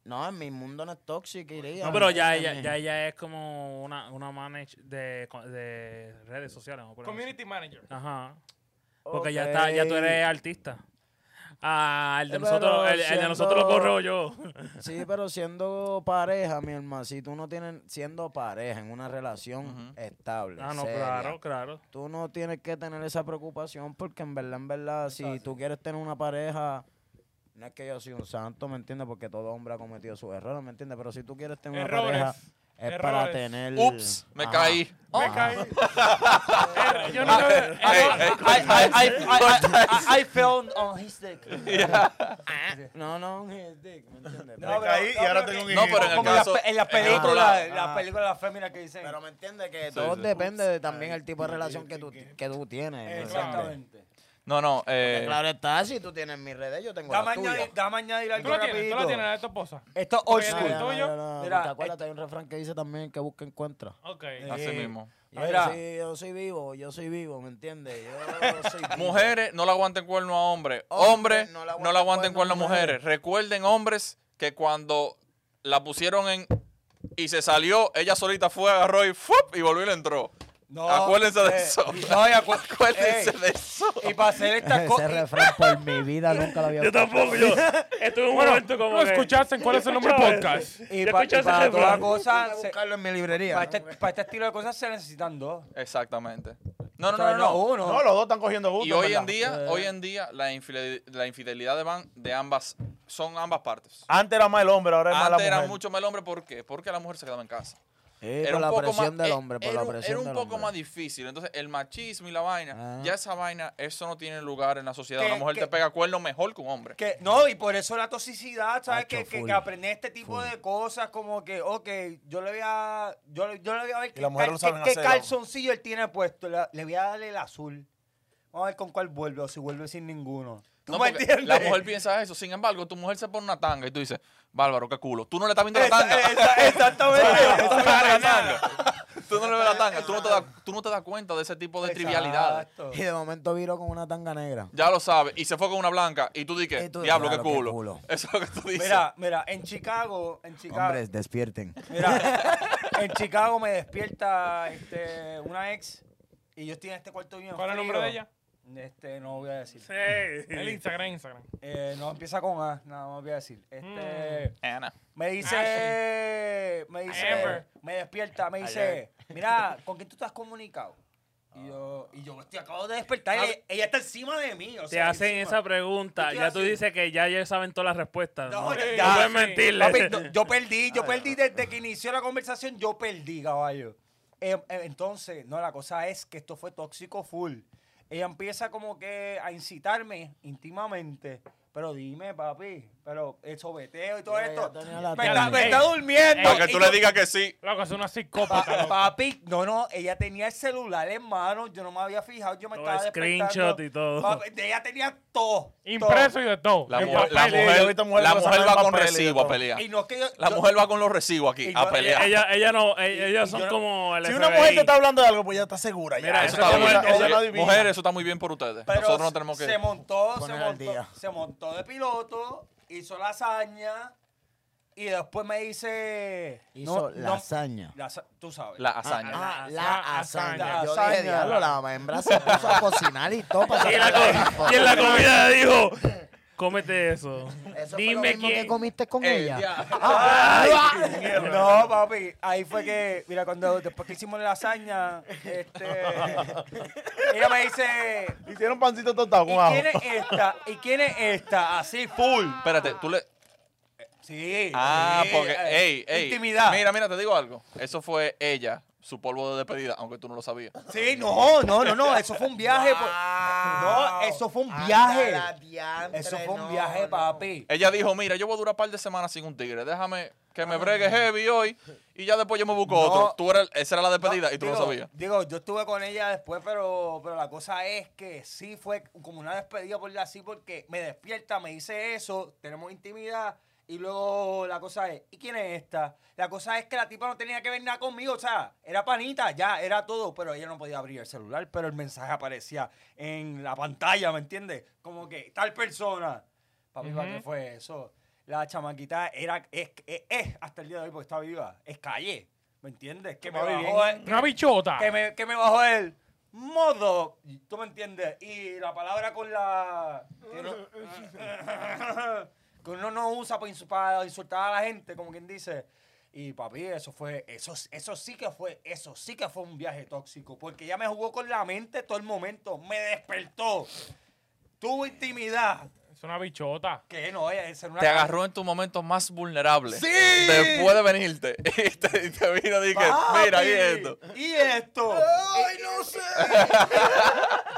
[SPEAKER 10] No, en mi mundo no es tóxico, iría.
[SPEAKER 4] No, pero ya
[SPEAKER 10] ¿me
[SPEAKER 4] ella,
[SPEAKER 10] entiendes?
[SPEAKER 4] ya ella es como una, una manage de, de redes sociales. vamos a ponerlo así.
[SPEAKER 5] Community manager.
[SPEAKER 4] Ajá. Porque ya está, ya tú
[SPEAKER 10] Ok.
[SPEAKER 4] eres artista. Ah, el de
[SPEAKER 10] Eh,
[SPEAKER 4] nosotros,
[SPEAKER 10] pero
[SPEAKER 4] el, el de nosotros lo
[SPEAKER 10] siendo-
[SPEAKER 4] corro yo.
[SPEAKER 10] Sí, pero siendo pareja, mi hermano, si tú no tienes, siendo pareja en una relación
[SPEAKER 1] Ujú.
[SPEAKER 10] estable.
[SPEAKER 4] Ah, no,
[SPEAKER 10] seria,
[SPEAKER 4] claro, claro.
[SPEAKER 10] Tú no tienes que tener esa preocupación porque en verdad, en verdad, si tú quieres tener una pareja, no es que yo soy un santo, ¿me entiendes? Porque todo hombre ha cometido sus errores, ¿me entiendes? Pero si tú quieres tener
[SPEAKER 5] Errores.
[SPEAKER 10] una pareja, es para
[SPEAKER 5] Errores.
[SPEAKER 10] tener...
[SPEAKER 1] Ups, me
[SPEAKER 10] Ajá.
[SPEAKER 1] caí.
[SPEAKER 5] Me caí. Er- yo no lo veo-
[SPEAKER 1] Ey, ey,
[SPEAKER 3] I, I, I, oh, I, I fell on his dick.
[SPEAKER 10] No, no, un hit dick, ¿me entiendes?
[SPEAKER 2] Me caí y ahora tengo un
[SPEAKER 1] No, pero en el
[SPEAKER 3] Como en las
[SPEAKER 1] caso-
[SPEAKER 3] pe- en las
[SPEAKER 1] en el otro
[SPEAKER 3] películas,
[SPEAKER 1] lado.
[SPEAKER 3] en las
[SPEAKER 10] Ah.
[SPEAKER 3] películas de las féminas que dicen.
[SPEAKER 10] Pero me entiendes que
[SPEAKER 1] Sí,
[SPEAKER 10] todo
[SPEAKER 1] sí.
[SPEAKER 10] depende de también el tipo de relación que tú, que tú tienes. ¿me entiendes?
[SPEAKER 3] Exactamente.
[SPEAKER 1] No, no,
[SPEAKER 10] Porque
[SPEAKER 1] eh,
[SPEAKER 10] claro está, si tú tienes mis redes, yo tengo
[SPEAKER 3] Dame
[SPEAKER 10] las
[SPEAKER 3] añadir,
[SPEAKER 10] tuyas.
[SPEAKER 3] dame añadir
[SPEAKER 5] Tú
[SPEAKER 3] algo
[SPEAKER 5] la tienes, tú la
[SPEAKER 3] rapidito.
[SPEAKER 5] tienes, la de tu esposa.
[SPEAKER 3] Esto es old
[SPEAKER 5] Oye,
[SPEAKER 3] school.
[SPEAKER 5] no,
[SPEAKER 10] tuyo?
[SPEAKER 5] tuyo.
[SPEAKER 3] Mira,
[SPEAKER 10] acuérdate, hay un refrán que dice también que busca encuentra.
[SPEAKER 5] Ok.
[SPEAKER 1] así mismo.
[SPEAKER 10] Y Yo,
[SPEAKER 3] Mira.
[SPEAKER 10] soy, yo soy vivo, yo soy vivo, ¿me entiendes? Yo soy vivo.
[SPEAKER 1] Mujeres, no le aguanten cuerno a hombres.
[SPEAKER 10] Hombre,
[SPEAKER 1] Hombres, no le aguanten cuerno a mujeres. Recuerden, hombres, que cuando la pusieron en... Y se salió, ella solita fue, agarró y ¡fup! y volvió y le entró.
[SPEAKER 3] No,
[SPEAKER 1] Acuérdense de
[SPEAKER 3] eh,
[SPEAKER 1] eso.
[SPEAKER 3] no, y acu-
[SPEAKER 1] Acuérdense
[SPEAKER 3] Ey.
[SPEAKER 1] de eso.
[SPEAKER 3] Y para hacer estas
[SPEAKER 10] Ese
[SPEAKER 3] cosas.
[SPEAKER 10] refrán por mi vida nunca lo había
[SPEAKER 4] Yo tampoco, yo. Estuve en un
[SPEAKER 5] Bueno,
[SPEAKER 4] momento como.
[SPEAKER 5] ¿no
[SPEAKER 4] que-
[SPEAKER 5] escuchaste en cuál es el nombre del podcast?
[SPEAKER 3] Y,
[SPEAKER 4] Yo
[SPEAKER 3] pa- y
[SPEAKER 4] escuché ese
[SPEAKER 3] para toda
[SPEAKER 4] refrán.
[SPEAKER 3] cosa, se-
[SPEAKER 10] buscarlo en mi librería.
[SPEAKER 3] para este, para este estilo de cosas se necesitan dos.
[SPEAKER 1] Exactamente. No, no,
[SPEAKER 3] O sea,
[SPEAKER 1] no, no.
[SPEAKER 3] uno.
[SPEAKER 2] No, los dos están cogiendo gusto.
[SPEAKER 1] Y hoy en
[SPEAKER 2] ¿verdad?
[SPEAKER 1] día, hoy en día, la infidel- la infidelidad de, van, de ambas, son ambas partes.
[SPEAKER 2] Antes era más el hombre, ahora es más la
[SPEAKER 1] Antes
[SPEAKER 2] mujer.
[SPEAKER 1] era mucho más el hombre, ¿por qué? Porque la mujer se quedaba en casa.
[SPEAKER 10] era por la presión del
[SPEAKER 1] eh,
[SPEAKER 10] hombre, por
[SPEAKER 1] era
[SPEAKER 10] la
[SPEAKER 1] un-
[SPEAKER 10] presión
[SPEAKER 1] era un
[SPEAKER 10] del
[SPEAKER 1] poco
[SPEAKER 10] hombre.
[SPEAKER 1] más difícil. Entonces, el machismo y la vaina,
[SPEAKER 10] Ah.
[SPEAKER 1] ya esa vaina, eso no tiene lugar en la sociedad.
[SPEAKER 3] Que-
[SPEAKER 1] Una mujer
[SPEAKER 3] que-
[SPEAKER 1] te pega cuerno mejor que un hombre.
[SPEAKER 3] Que, no, y por eso la toxicidad, ¿sabes?
[SPEAKER 10] Hacho,
[SPEAKER 3] Que, que,
[SPEAKER 10] full,
[SPEAKER 3] que aprender este tipo
[SPEAKER 10] full.
[SPEAKER 3] de cosas, como que, ok, yo le voy a. Yo, le- yo le voy a ver
[SPEAKER 2] Y las mujeres
[SPEAKER 3] cal-
[SPEAKER 2] lo saben
[SPEAKER 3] qué
[SPEAKER 2] hacer,
[SPEAKER 3] calzoncillo él tiene puesto. Le, le voy a darle el azul. Vamos a ver con cuál vuelve o si vuelve sin ninguno. ¿Tú
[SPEAKER 1] No,
[SPEAKER 3] me
[SPEAKER 1] porque
[SPEAKER 3] entiendes?
[SPEAKER 1] La mujer piensa eso. Sin embargo, tu mujer se pone una tanga y tú dices, Bárbaro, qué culo. Tú no le estás viendo la
[SPEAKER 3] Esa-
[SPEAKER 1] tanga.
[SPEAKER 3] esa-
[SPEAKER 1] Tú
[SPEAKER 3] exactamente.
[SPEAKER 1] no le ves la tanga. Tú no le ves la tanga. Tú no te das, tú no te das cuenta de ese tipo de trivialidades.
[SPEAKER 3] Exacto.
[SPEAKER 10] Y de momento viro con una tanga negra.
[SPEAKER 1] Ya lo sabes. Y se fue con una blanca. Y tú dices,
[SPEAKER 10] Y tú,
[SPEAKER 1] diablo, qué
[SPEAKER 10] diablo, qué
[SPEAKER 1] culo.
[SPEAKER 10] culo.
[SPEAKER 1] Eso es lo que tú dices.
[SPEAKER 3] Mira, mira, en Chicago, en Chicago.
[SPEAKER 10] Hombres, despierten.
[SPEAKER 3] Mira, en Chicago me despierta este, una ex y yo estoy en este cuarto bien
[SPEAKER 5] ¿Cuál es el nombre
[SPEAKER 3] frío.
[SPEAKER 5] de ella?
[SPEAKER 3] Este, no voy a decir.
[SPEAKER 5] El Instagram, Instagram.
[SPEAKER 3] Eh, no empieza con A, nada más voy a decir.
[SPEAKER 10] Mm.
[SPEAKER 3] Este,
[SPEAKER 1] Ana.
[SPEAKER 3] Me
[SPEAKER 10] Ah,
[SPEAKER 3] dice, me dice,
[SPEAKER 5] Amber.
[SPEAKER 3] me despierta, me dice, mira, ¿con quién tú te has comunicado? Y yo, y yo estoy acabo de despertar.
[SPEAKER 10] Ah,
[SPEAKER 3] y Ella, ella está encima de mí. O
[SPEAKER 4] Te
[SPEAKER 3] sea,
[SPEAKER 4] hacen
[SPEAKER 3] encima.
[SPEAKER 4] esa pregunta.
[SPEAKER 3] ¿Qué te
[SPEAKER 4] Ya tú
[SPEAKER 3] hacen?
[SPEAKER 4] dices que ya ellos saben todas las respuestas.
[SPEAKER 3] No,
[SPEAKER 4] No,
[SPEAKER 3] ya-
[SPEAKER 4] No
[SPEAKER 3] ya.
[SPEAKER 4] puedes
[SPEAKER 3] Papi,
[SPEAKER 4] mentirle.
[SPEAKER 3] no, yo perdí,
[SPEAKER 10] Ah,
[SPEAKER 3] yo perdí desde que inició la conversación, yo perdí, caballo. Em, em, entonces, no, la cosa es que esto fue tóxico full. Ella empieza como que a incitarme íntimamente, Pero dime, papi, pero el sobeteo y todo
[SPEAKER 10] Ya, ya
[SPEAKER 3] esto.
[SPEAKER 10] tenía la
[SPEAKER 3] me,
[SPEAKER 10] tela.
[SPEAKER 3] está, me
[SPEAKER 10] Ey,
[SPEAKER 3] está durmiendo.
[SPEAKER 1] Para que
[SPEAKER 3] y
[SPEAKER 1] tú
[SPEAKER 3] yo-
[SPEAKER 1] le digas que sí.
[SPEAKER 5] Loco, es una
[SPEAKER 3] Pa-
[SPEAKER 5] psicópata. loco.
[SPEAKER 3] papi, no, no, ella tenía el celular en mano, yo no me había fijado, yo me
[SPEAKER 4] Todo
[SPEAKER 3] estaba despertando.
[SPEAKER 4] screenshot y todo.
[SPEAKER 3] Papi, ella tenía todo.
[SPEAKER 5] Impreso
[SPEAKER 3] todo.
[SPEAKER 5] y de todo.
[SPEAKER 1] La,
[SPEAKER 5] En
[SPEAKER 1] mu- la
[SPEAKER 5] papel.
[SPEAKER 2] Sí, yo he
[SPEAKER 1] mujer,
[SPEAKER 2] visto mujeres
[SPEAKER 1] la
[SPEAKER 2] que lo
[SPEAKER 1] mujer
[SPEAKER 2] sacan
[SPEAKER 1] va
[SPEAKER 2] en
[SPEAKER 1] con
[SPEAKER 2] papeles y
[SPEAKER 1] recibo a
[SPEAKER 2] todo.
[SPEAKER 1] pelear.
[SPEAKER 3] Y no es que yo,
[SPEAKER 1] La
[SPEAKER 3] yo-
[SPEAKER 1] mujer va con los recibos aquí
[SPEAKER 3] Y
[SPEAKER 1] a
[SPEAKER 3] yo-
[SPEAKER 1] pelear.
[SPEAKER 4] Ella, ella no,
[SPEAKER 3] Y-
[SPEAKER 4] e-
[SPEAKER 3] y
[SPEAKER 4] ellos
[SPEAKER 3] yo
[SPEAKER 4] son
[SPEAKER 3] no-
[SPEAKER 4] como el
[SPEAKER 2] Si una
[SPEAKER 4] FBI.
[SPEAKER 2] mujer te está hablando de algo, pues ya está segura.
[SPEAKER 4] Mira,
[SPEAKER 2] ya.
[SPEAKER 1] eso
[SPEAKER 4] esa
[SPEAKER 1] está
[SPEAKER 4] ella
[SPEAKER 1] bien.
[SPEAKER 4] no-
[SPEAKER 2] Ella- ella
[SPEAKER 1] Oye,
[SPEAKER 2] no adivina.
[SPEAKER 1] mujer, eso está muy bien por ustedes.
[SPEAKER 3] pero
[SPEAKER 1] Nosotros no tenemos que.
[SPEAKER 3] se montó, se
[SPEAKER 10] poner al
[SPEAKER 3] montó,
[SPEAKER 10] día.
[SPEAKER 3] se montó de piloto, hizo la hazaña y después me dice... no,
[SPEAKER 10] Hizo
[SPEAKER 3] no,
[SPEAKER 10] lasaña.
[SPEAKER 3] laza- tú sabes.
[SPEAKER 1] La hazaña.
[SPEAKER 10] Ah,
[SPEAKER 5] la-
[SPEAKER 10] la
[SPEAKER 5] la
[SPEAKER 10] hazaña.
[SPEAKER 3] hazaña.
[SPEAKER 10] Yo
[SPEAKER 3] Hazaña.
[SPEAKER 10] dije, diablo, la hembra se puso a cocinar y todo. para
[SPEAKER 4] Y en, la
[SPEAKER 10] sacar la
[SPEAKER 4] co-
[SPEAKER 10] foto.
[SPEAKER 4] y en la comida dijo, cómete eso.
[SPEAKER 10] Eso fue lo
[SPEAKER 4] Dime
[SPEAKER 10] mismo que
[SPEAKER 4] quién.
[SPEAKER 10] comiste con
[SPEAKER 1] Ey,
[SPEAKER 10] ella.
[SPEAKER 1] Eh, ya.
[SPEAKER 3] ¡Ah! No, papi, ahí fue que, mira, cuando después que hicimos la hazaña, este, ella me dice,
[SPEAKER 2] Hicieron pancito tostado
[SPEAKER 3] ¿Y
[SPEAKER 2] con ajo.
[SPEAKER 3] quién es esta? ¿Y quién es esta? Así, full.
[SPEAKER 1] Espérate, tú le.
[SPEAKER 3] Sí.
[SPEAKER 1] Ah,
[SPEAKER 3] sí,
[SPEAKER 1] porque.
[SPEAKER 3] eh,
[SPEAKER 1] Ey, ey.
[SPEAKER 3] Intimidad.
[SPEAKER 1] Mira, mira, te digo algo. Eso fue ella, su polvo de despedida, aunque tú no lo sabías.
[SPEAKER 3] Sí, no, no, no, no. Eso fue un viaje. pues. No, eso fue un viaje.
[SPEAKER 10] Anda, la diantre,
[SPEAKER 3] Eso fue un
[SPEAKER 10] no,
[SPEAKER 3] viaje,
[SPEAKER 10] no.
[SPEAKER 3] papi.
[SPEAKER 1] Ella dijo: Mira, yo voy a durar un par de semanas sin un tigre. Déjame que me bregue heavy hoy y ya después yo me busco otro. Tú eras, esa era la despedida y tú no
[SPEAKER 3] digo,
[SPEAKER 1] lo sabías.
[SPEAKER 3] Digo, yo estuve con ella después, pero, pero la cosa es que sí fue como una despedida por así, porque me despierta, me dice eso, tenemos intimidad, y luego la cosa es, ¿y quién es esta? La cosa es que la tipa no tenía que ver nada conmigo, o sea, era panita, ya, era todo, pero ella no podía abrir el celular, pero el mensaje aparecía en la pantalla, ¿me entiendes? Como que tal persona. Papi, ¿para qué fue eso? La chamaquita era, es, es, es, hasta el día de hoy, porque está viva, es calle. ¿Me entiendes? Que me
[SPEAKER 2] Papi, bien
[SPEAKER 3] bajó, eh,
[SPEAKER 5] Una bichota.
[SPEAKER 3] que me, que me bajó el modo, ¿tú me entiendes? Y la palabra con la... Que uno, que uno no usa para, insu- para insultar a la gente, como quien dice. Y papi, eso fue, eso, eso sí que fue, eso sí que fue un viaje tóxico, porque ella me jugó con la mente todo el momento, me despertó, tuvo intimidad,
[SPEAKER 5] Es una bichota.
[SPEAKER 3] que no, ella esa era una
[SPEAKER 1] Te
[SPEAKER 3] cabra.
[SPEAKER 1] agarró en tu momento más vulnerable.
[SPEAKER 3] ¡Sí!
[SPEAKER 1] Después de venirte. Y te, y te vino y dije, mira,
[SPEAKER 3] Papi,
[SPEAKER 1] y esto.
[SPEAKER 3] Ah, ¿Y esto? ¡Ay, no sé!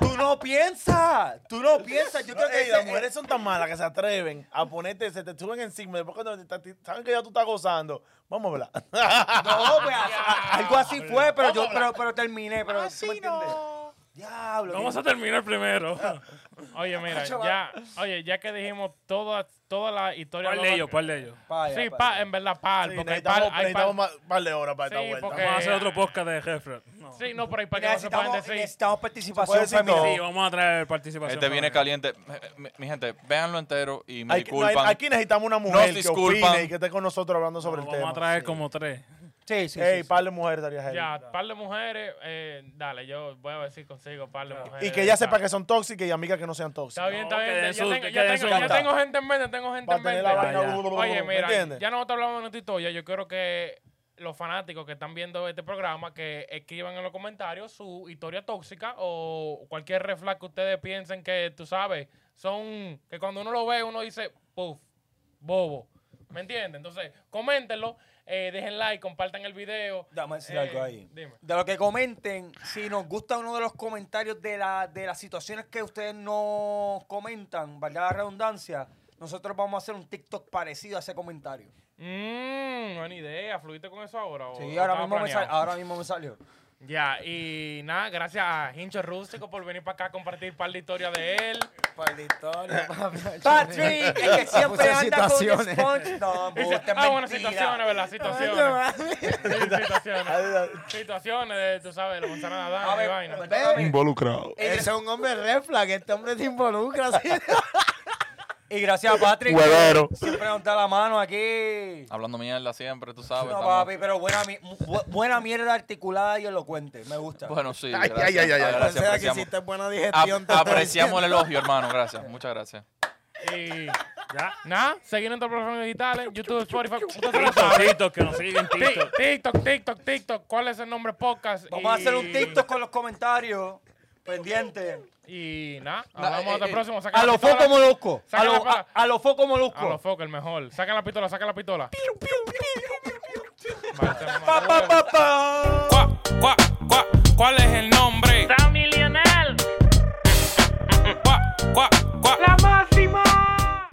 [SPEAKER 3] tú no piensas, tú no piensas. Yo creo que
[SPEAKER 2] Ey,
[SPEAKER 3] ese-
[SPEAKER 2] las mujeres son tan malas que se atreven a ponerte, se te suben encima. Después cuando te- te- te- saben que ya tú estás gozando, vamos a hablar.
[SPEAKER 3] No, pues, a- a- algo así fue, pero yo pero, pero terminé, pero ¿tú me entiendes? Diablo.
[SPEAKER 4] Vamos
[SPEAKER 3] que-
[SPEAKER 4] a terminar primero.
[SPEAKER 5] Oye, mira, ya,
[SPEAKER 3] Chaval.
[SPEAKER 5] oye, ya que dijimos todas todas las historias.
[SPEAKER 4] ¿Cuál de ellos? ¿Cuál de ellos?
[SPEAKER 3] Vaya,
[SPEAKER 5] Sí,
[SPEAKER 3] vaya.
[SPEAKER 5] pa, eh, en verdad, pal.
[SPEAKER 2] Sí,
[SPEAKER 5] porque hay
[SPEAKER 2] necesitamos
[SPEAKER 5] pal- hay pal-
[SPEAKER 2] necesitamos más- un par de horas para
[SPEAKER 5] Sí,
[SPEAKER 2] esta vuelta.
[SPEAKER 5] porque-
[SPEAKER 4] Vamos a hacer otro podcast de Jeffrey. No.
[SPEAKER 5] Sí, no, pero hay para que no se pueden
[SPEAKER 3] Necesitamos,
[SPEAKER 5] decir.
[SPEAKER 3] necesitamos participación
[SPEAKER 2] decir todo.
[SPEAKER 3] femenina.
[SPEAKER 4] Sí, vamos a traer participación.
[SPEAKER 1] Este viene
[SPEAKER 4] femenina.
[SPEAKER 1] caliente. Mi, mi gente, véanlo entero y me
[SPEAKER 2] Hay que- no, hay-
[SPEAKER 1] disculpan.
[SPEAKER 2] aquí necesitamos una
[SPEAKER 1] Nos
[SPEAKER 2] mujer que
[SPEAKER 1] disculpan.
[SPEAKER 2] opine y que esté con nosotros hablando sobre
[SPEAKER 4] No,
[SPEAKER 2] el tema.
[SPEAKER 4] Vamos a traer como tres.
[SPEAKER 3] Sí, sí,
[SPEAKER 2] Ey,
[SPEAKER 3] sí,
[SPEAKER 2] par de mujeres estaría heavy.
[SPEAKER 5] Ya, par de mujeres, eh, dale, yo voy a ver si consigo par de mujeres.
[SPEAKER 2] Y que ella
[SPEAKER 5] Está-
[SPEAKER 2] sepa que son tóxicas y amigas que no sean tóxicas.
[SPEAKER 5] eh, Está bien, está
[SPEAKER 4] No, que
[SPEAKER 5] bien.
[SPEAKER 4] den
[SPEAKER 5] Ya
[SPEAKER 4] su-
[SPEAKER 5] tengo-
[SPEAKER 4] que
[SPEAKER 5] ya
[SPEAKER 4] den
[SPEAKER 5] tengo-
[SPEAKER 4] su
[SPEAKER 5] ya
[SPEAKER 4] carta.
[SPEAKER 5] tengo gente en mente, tengo gente
[SPEAKER 2] Para
[SPEAKER 5] en
[SPEAKER 2] tener
[SPEAKER 5] mente.
[SPEAKER 2] la
[SPEAKER 4] Ya,
[SPEAKER 2] vaina.
[SPEAKER 4] ya.
[SPEAKER 5] Oye,
[SPEAKER 2] ¿me
[SPEAKER 5] mira,
[SPEAKER 2] entiendes?
[SPEAKER 5] ya nosotros hablamos de Titoya. Yo quiero que los fanáticos que están viendo este programa que escriban en los comentarios su historia tóxica o cualquier reflex que ustedes piensen que, tú sabes, son que cuando uno lo ve uno dice, puff, bobo. ¿Me entiendes? Entonces, coméntenlo, eh, dejen like, compartan el video.
[SPEAKER 3] Dame decir
[SPEAKER 5] Eh,
[SPEAKER 3] algo ahí.
[SPEAKER 5] dime.
[SPEAKER 3] De lo que comenten, si nos gusta uno de los comentarios de, la, de las situaciones que ustedes nos comentan, valga la redundancia, nosotros vamos a hacer un TikTok parecido a ese comentario.
[SPEAKER 5] Mmm, buena idea. ¿Fluiste con eso ahora? o-
[SPEAKER 3] Sí,
[SPEAKER 5] o
[SPEAKER 3] ahora
[SPEAKER 5] Oh, estaba
[SPEAKER 3] mismo, me sal-
[SPEAKER 5] planeado?
[SPEAKER 3] ahora mismo me salió.
[SPEAKER 5] Ya, y nada, gracias a Hincho Rústico por venir para acá a compartir par de historias de él.
[SPEAKER 10] Para la historia, papi.
[SPEAKER 3] Patrick, es que siempre
[SPEAKER 10] Puse
[SPEAKER 3] anda con
[SPEAKER 10] situaciones.
[SPEAKER 3] Sponge. No,
[SPEAKER 5] Dice,
[SPEAKER 3] embuste, es
[SPEAKER 5] ah, bueno,
[SPEAKER 3] mentira.
[SPEAKER 5] situaciones, ¿verdad? Situaciones. Sí, situaciones. situaciones de, tú sabes, la manzana de
[SPEAKER 3] A
[SPEAKER 5] Adán y
[SPEAKER 3] ver,
[SPEAKER 5] vaina.
[SPEAKER 3] ve,
[SPEAKER 2] Involucrado.
[SPEAKER 10] Ese es un hombre red flag, este hombre se involucra. así.
[SPEAKER 3] Y gracias a Patrick. que
[SPEAKER 2] Huevero.
[SPEAKER 3] Siempre nos da la mano aquí.
[SPEAKER 1] Hablando mierda siempre, tú sabes.
[SPEAKER 3] No,
[SPEAKER 1] estamos-
[SPEAKER 3] papi, pero buena, mi- bu- buena mierda articulada y elocuente. Me gusta.
[SPEAKER 1] Bueno, sí.
[SPEAKER 2] Ay,
[SPEAKER 1] gracias.
[SPEAKER 2] ay, ay, ay, ay.
[SPEAKER 1] Gracias,
[SPEAKER 10] o sea, que
[SPEAKER 1] apreciamos.
[SPEAKER 10] hiciste buena
[SPEAKER 1] Ap-
[SPEAKER 10] digestión. te estoy
[SPEAKER 1] apreciamos el elogio, hermano. Gracias. Muchas gracias.
[SPEAKER 5] Y ya, nada, seguir en todas las plataformas digitales, YouTube, Spotify, ustedes se lo
[SPEAKER 4] TikTok,
[SPEAKER 5] saben.
[SPEAKER 4] TikTok, que nos siguen
[SPEAKER 5] Ti-
[SPEAKER 4] TikTok.
[SPEAKER 5] TikTok, TikTok, TikTok, ¿cuál es el nombre podcast?
[SPEAKER 3] Vamos a hacer un
[SPEAKER 5] Y-
[SPEAKER 3] TikTok con los comentarios. Pendiente.
[SPEAKER 5] Y nada,
[SPEAKER 1] Na- eh,
[SPEAKER 5] hablamos hasta
[SPEAKER 1] eh,
[SPEAKER 5] el próximo. Saquen
[SPEAKER 3] A
[SPEAKER 5] la
[SPEAKER 3] los
[SPEAKER 5] pistola.
[SPEAKER 3] focos molusco. A
[SPEAKER 5] Saca la
[SPEAKER 3] los
[SPEAKER 5] pala.
[SPEAKER 3] a, a los focos
[SPEAKER 5] A los
[SPEAKER 3] molusco.
[SPEAKER 5] focos, el mejor. Saca la pistola, saca la pistola.
[SPEAKER 3] Pa, pa, pa, pa.
[SPEAKER 7] Cuá,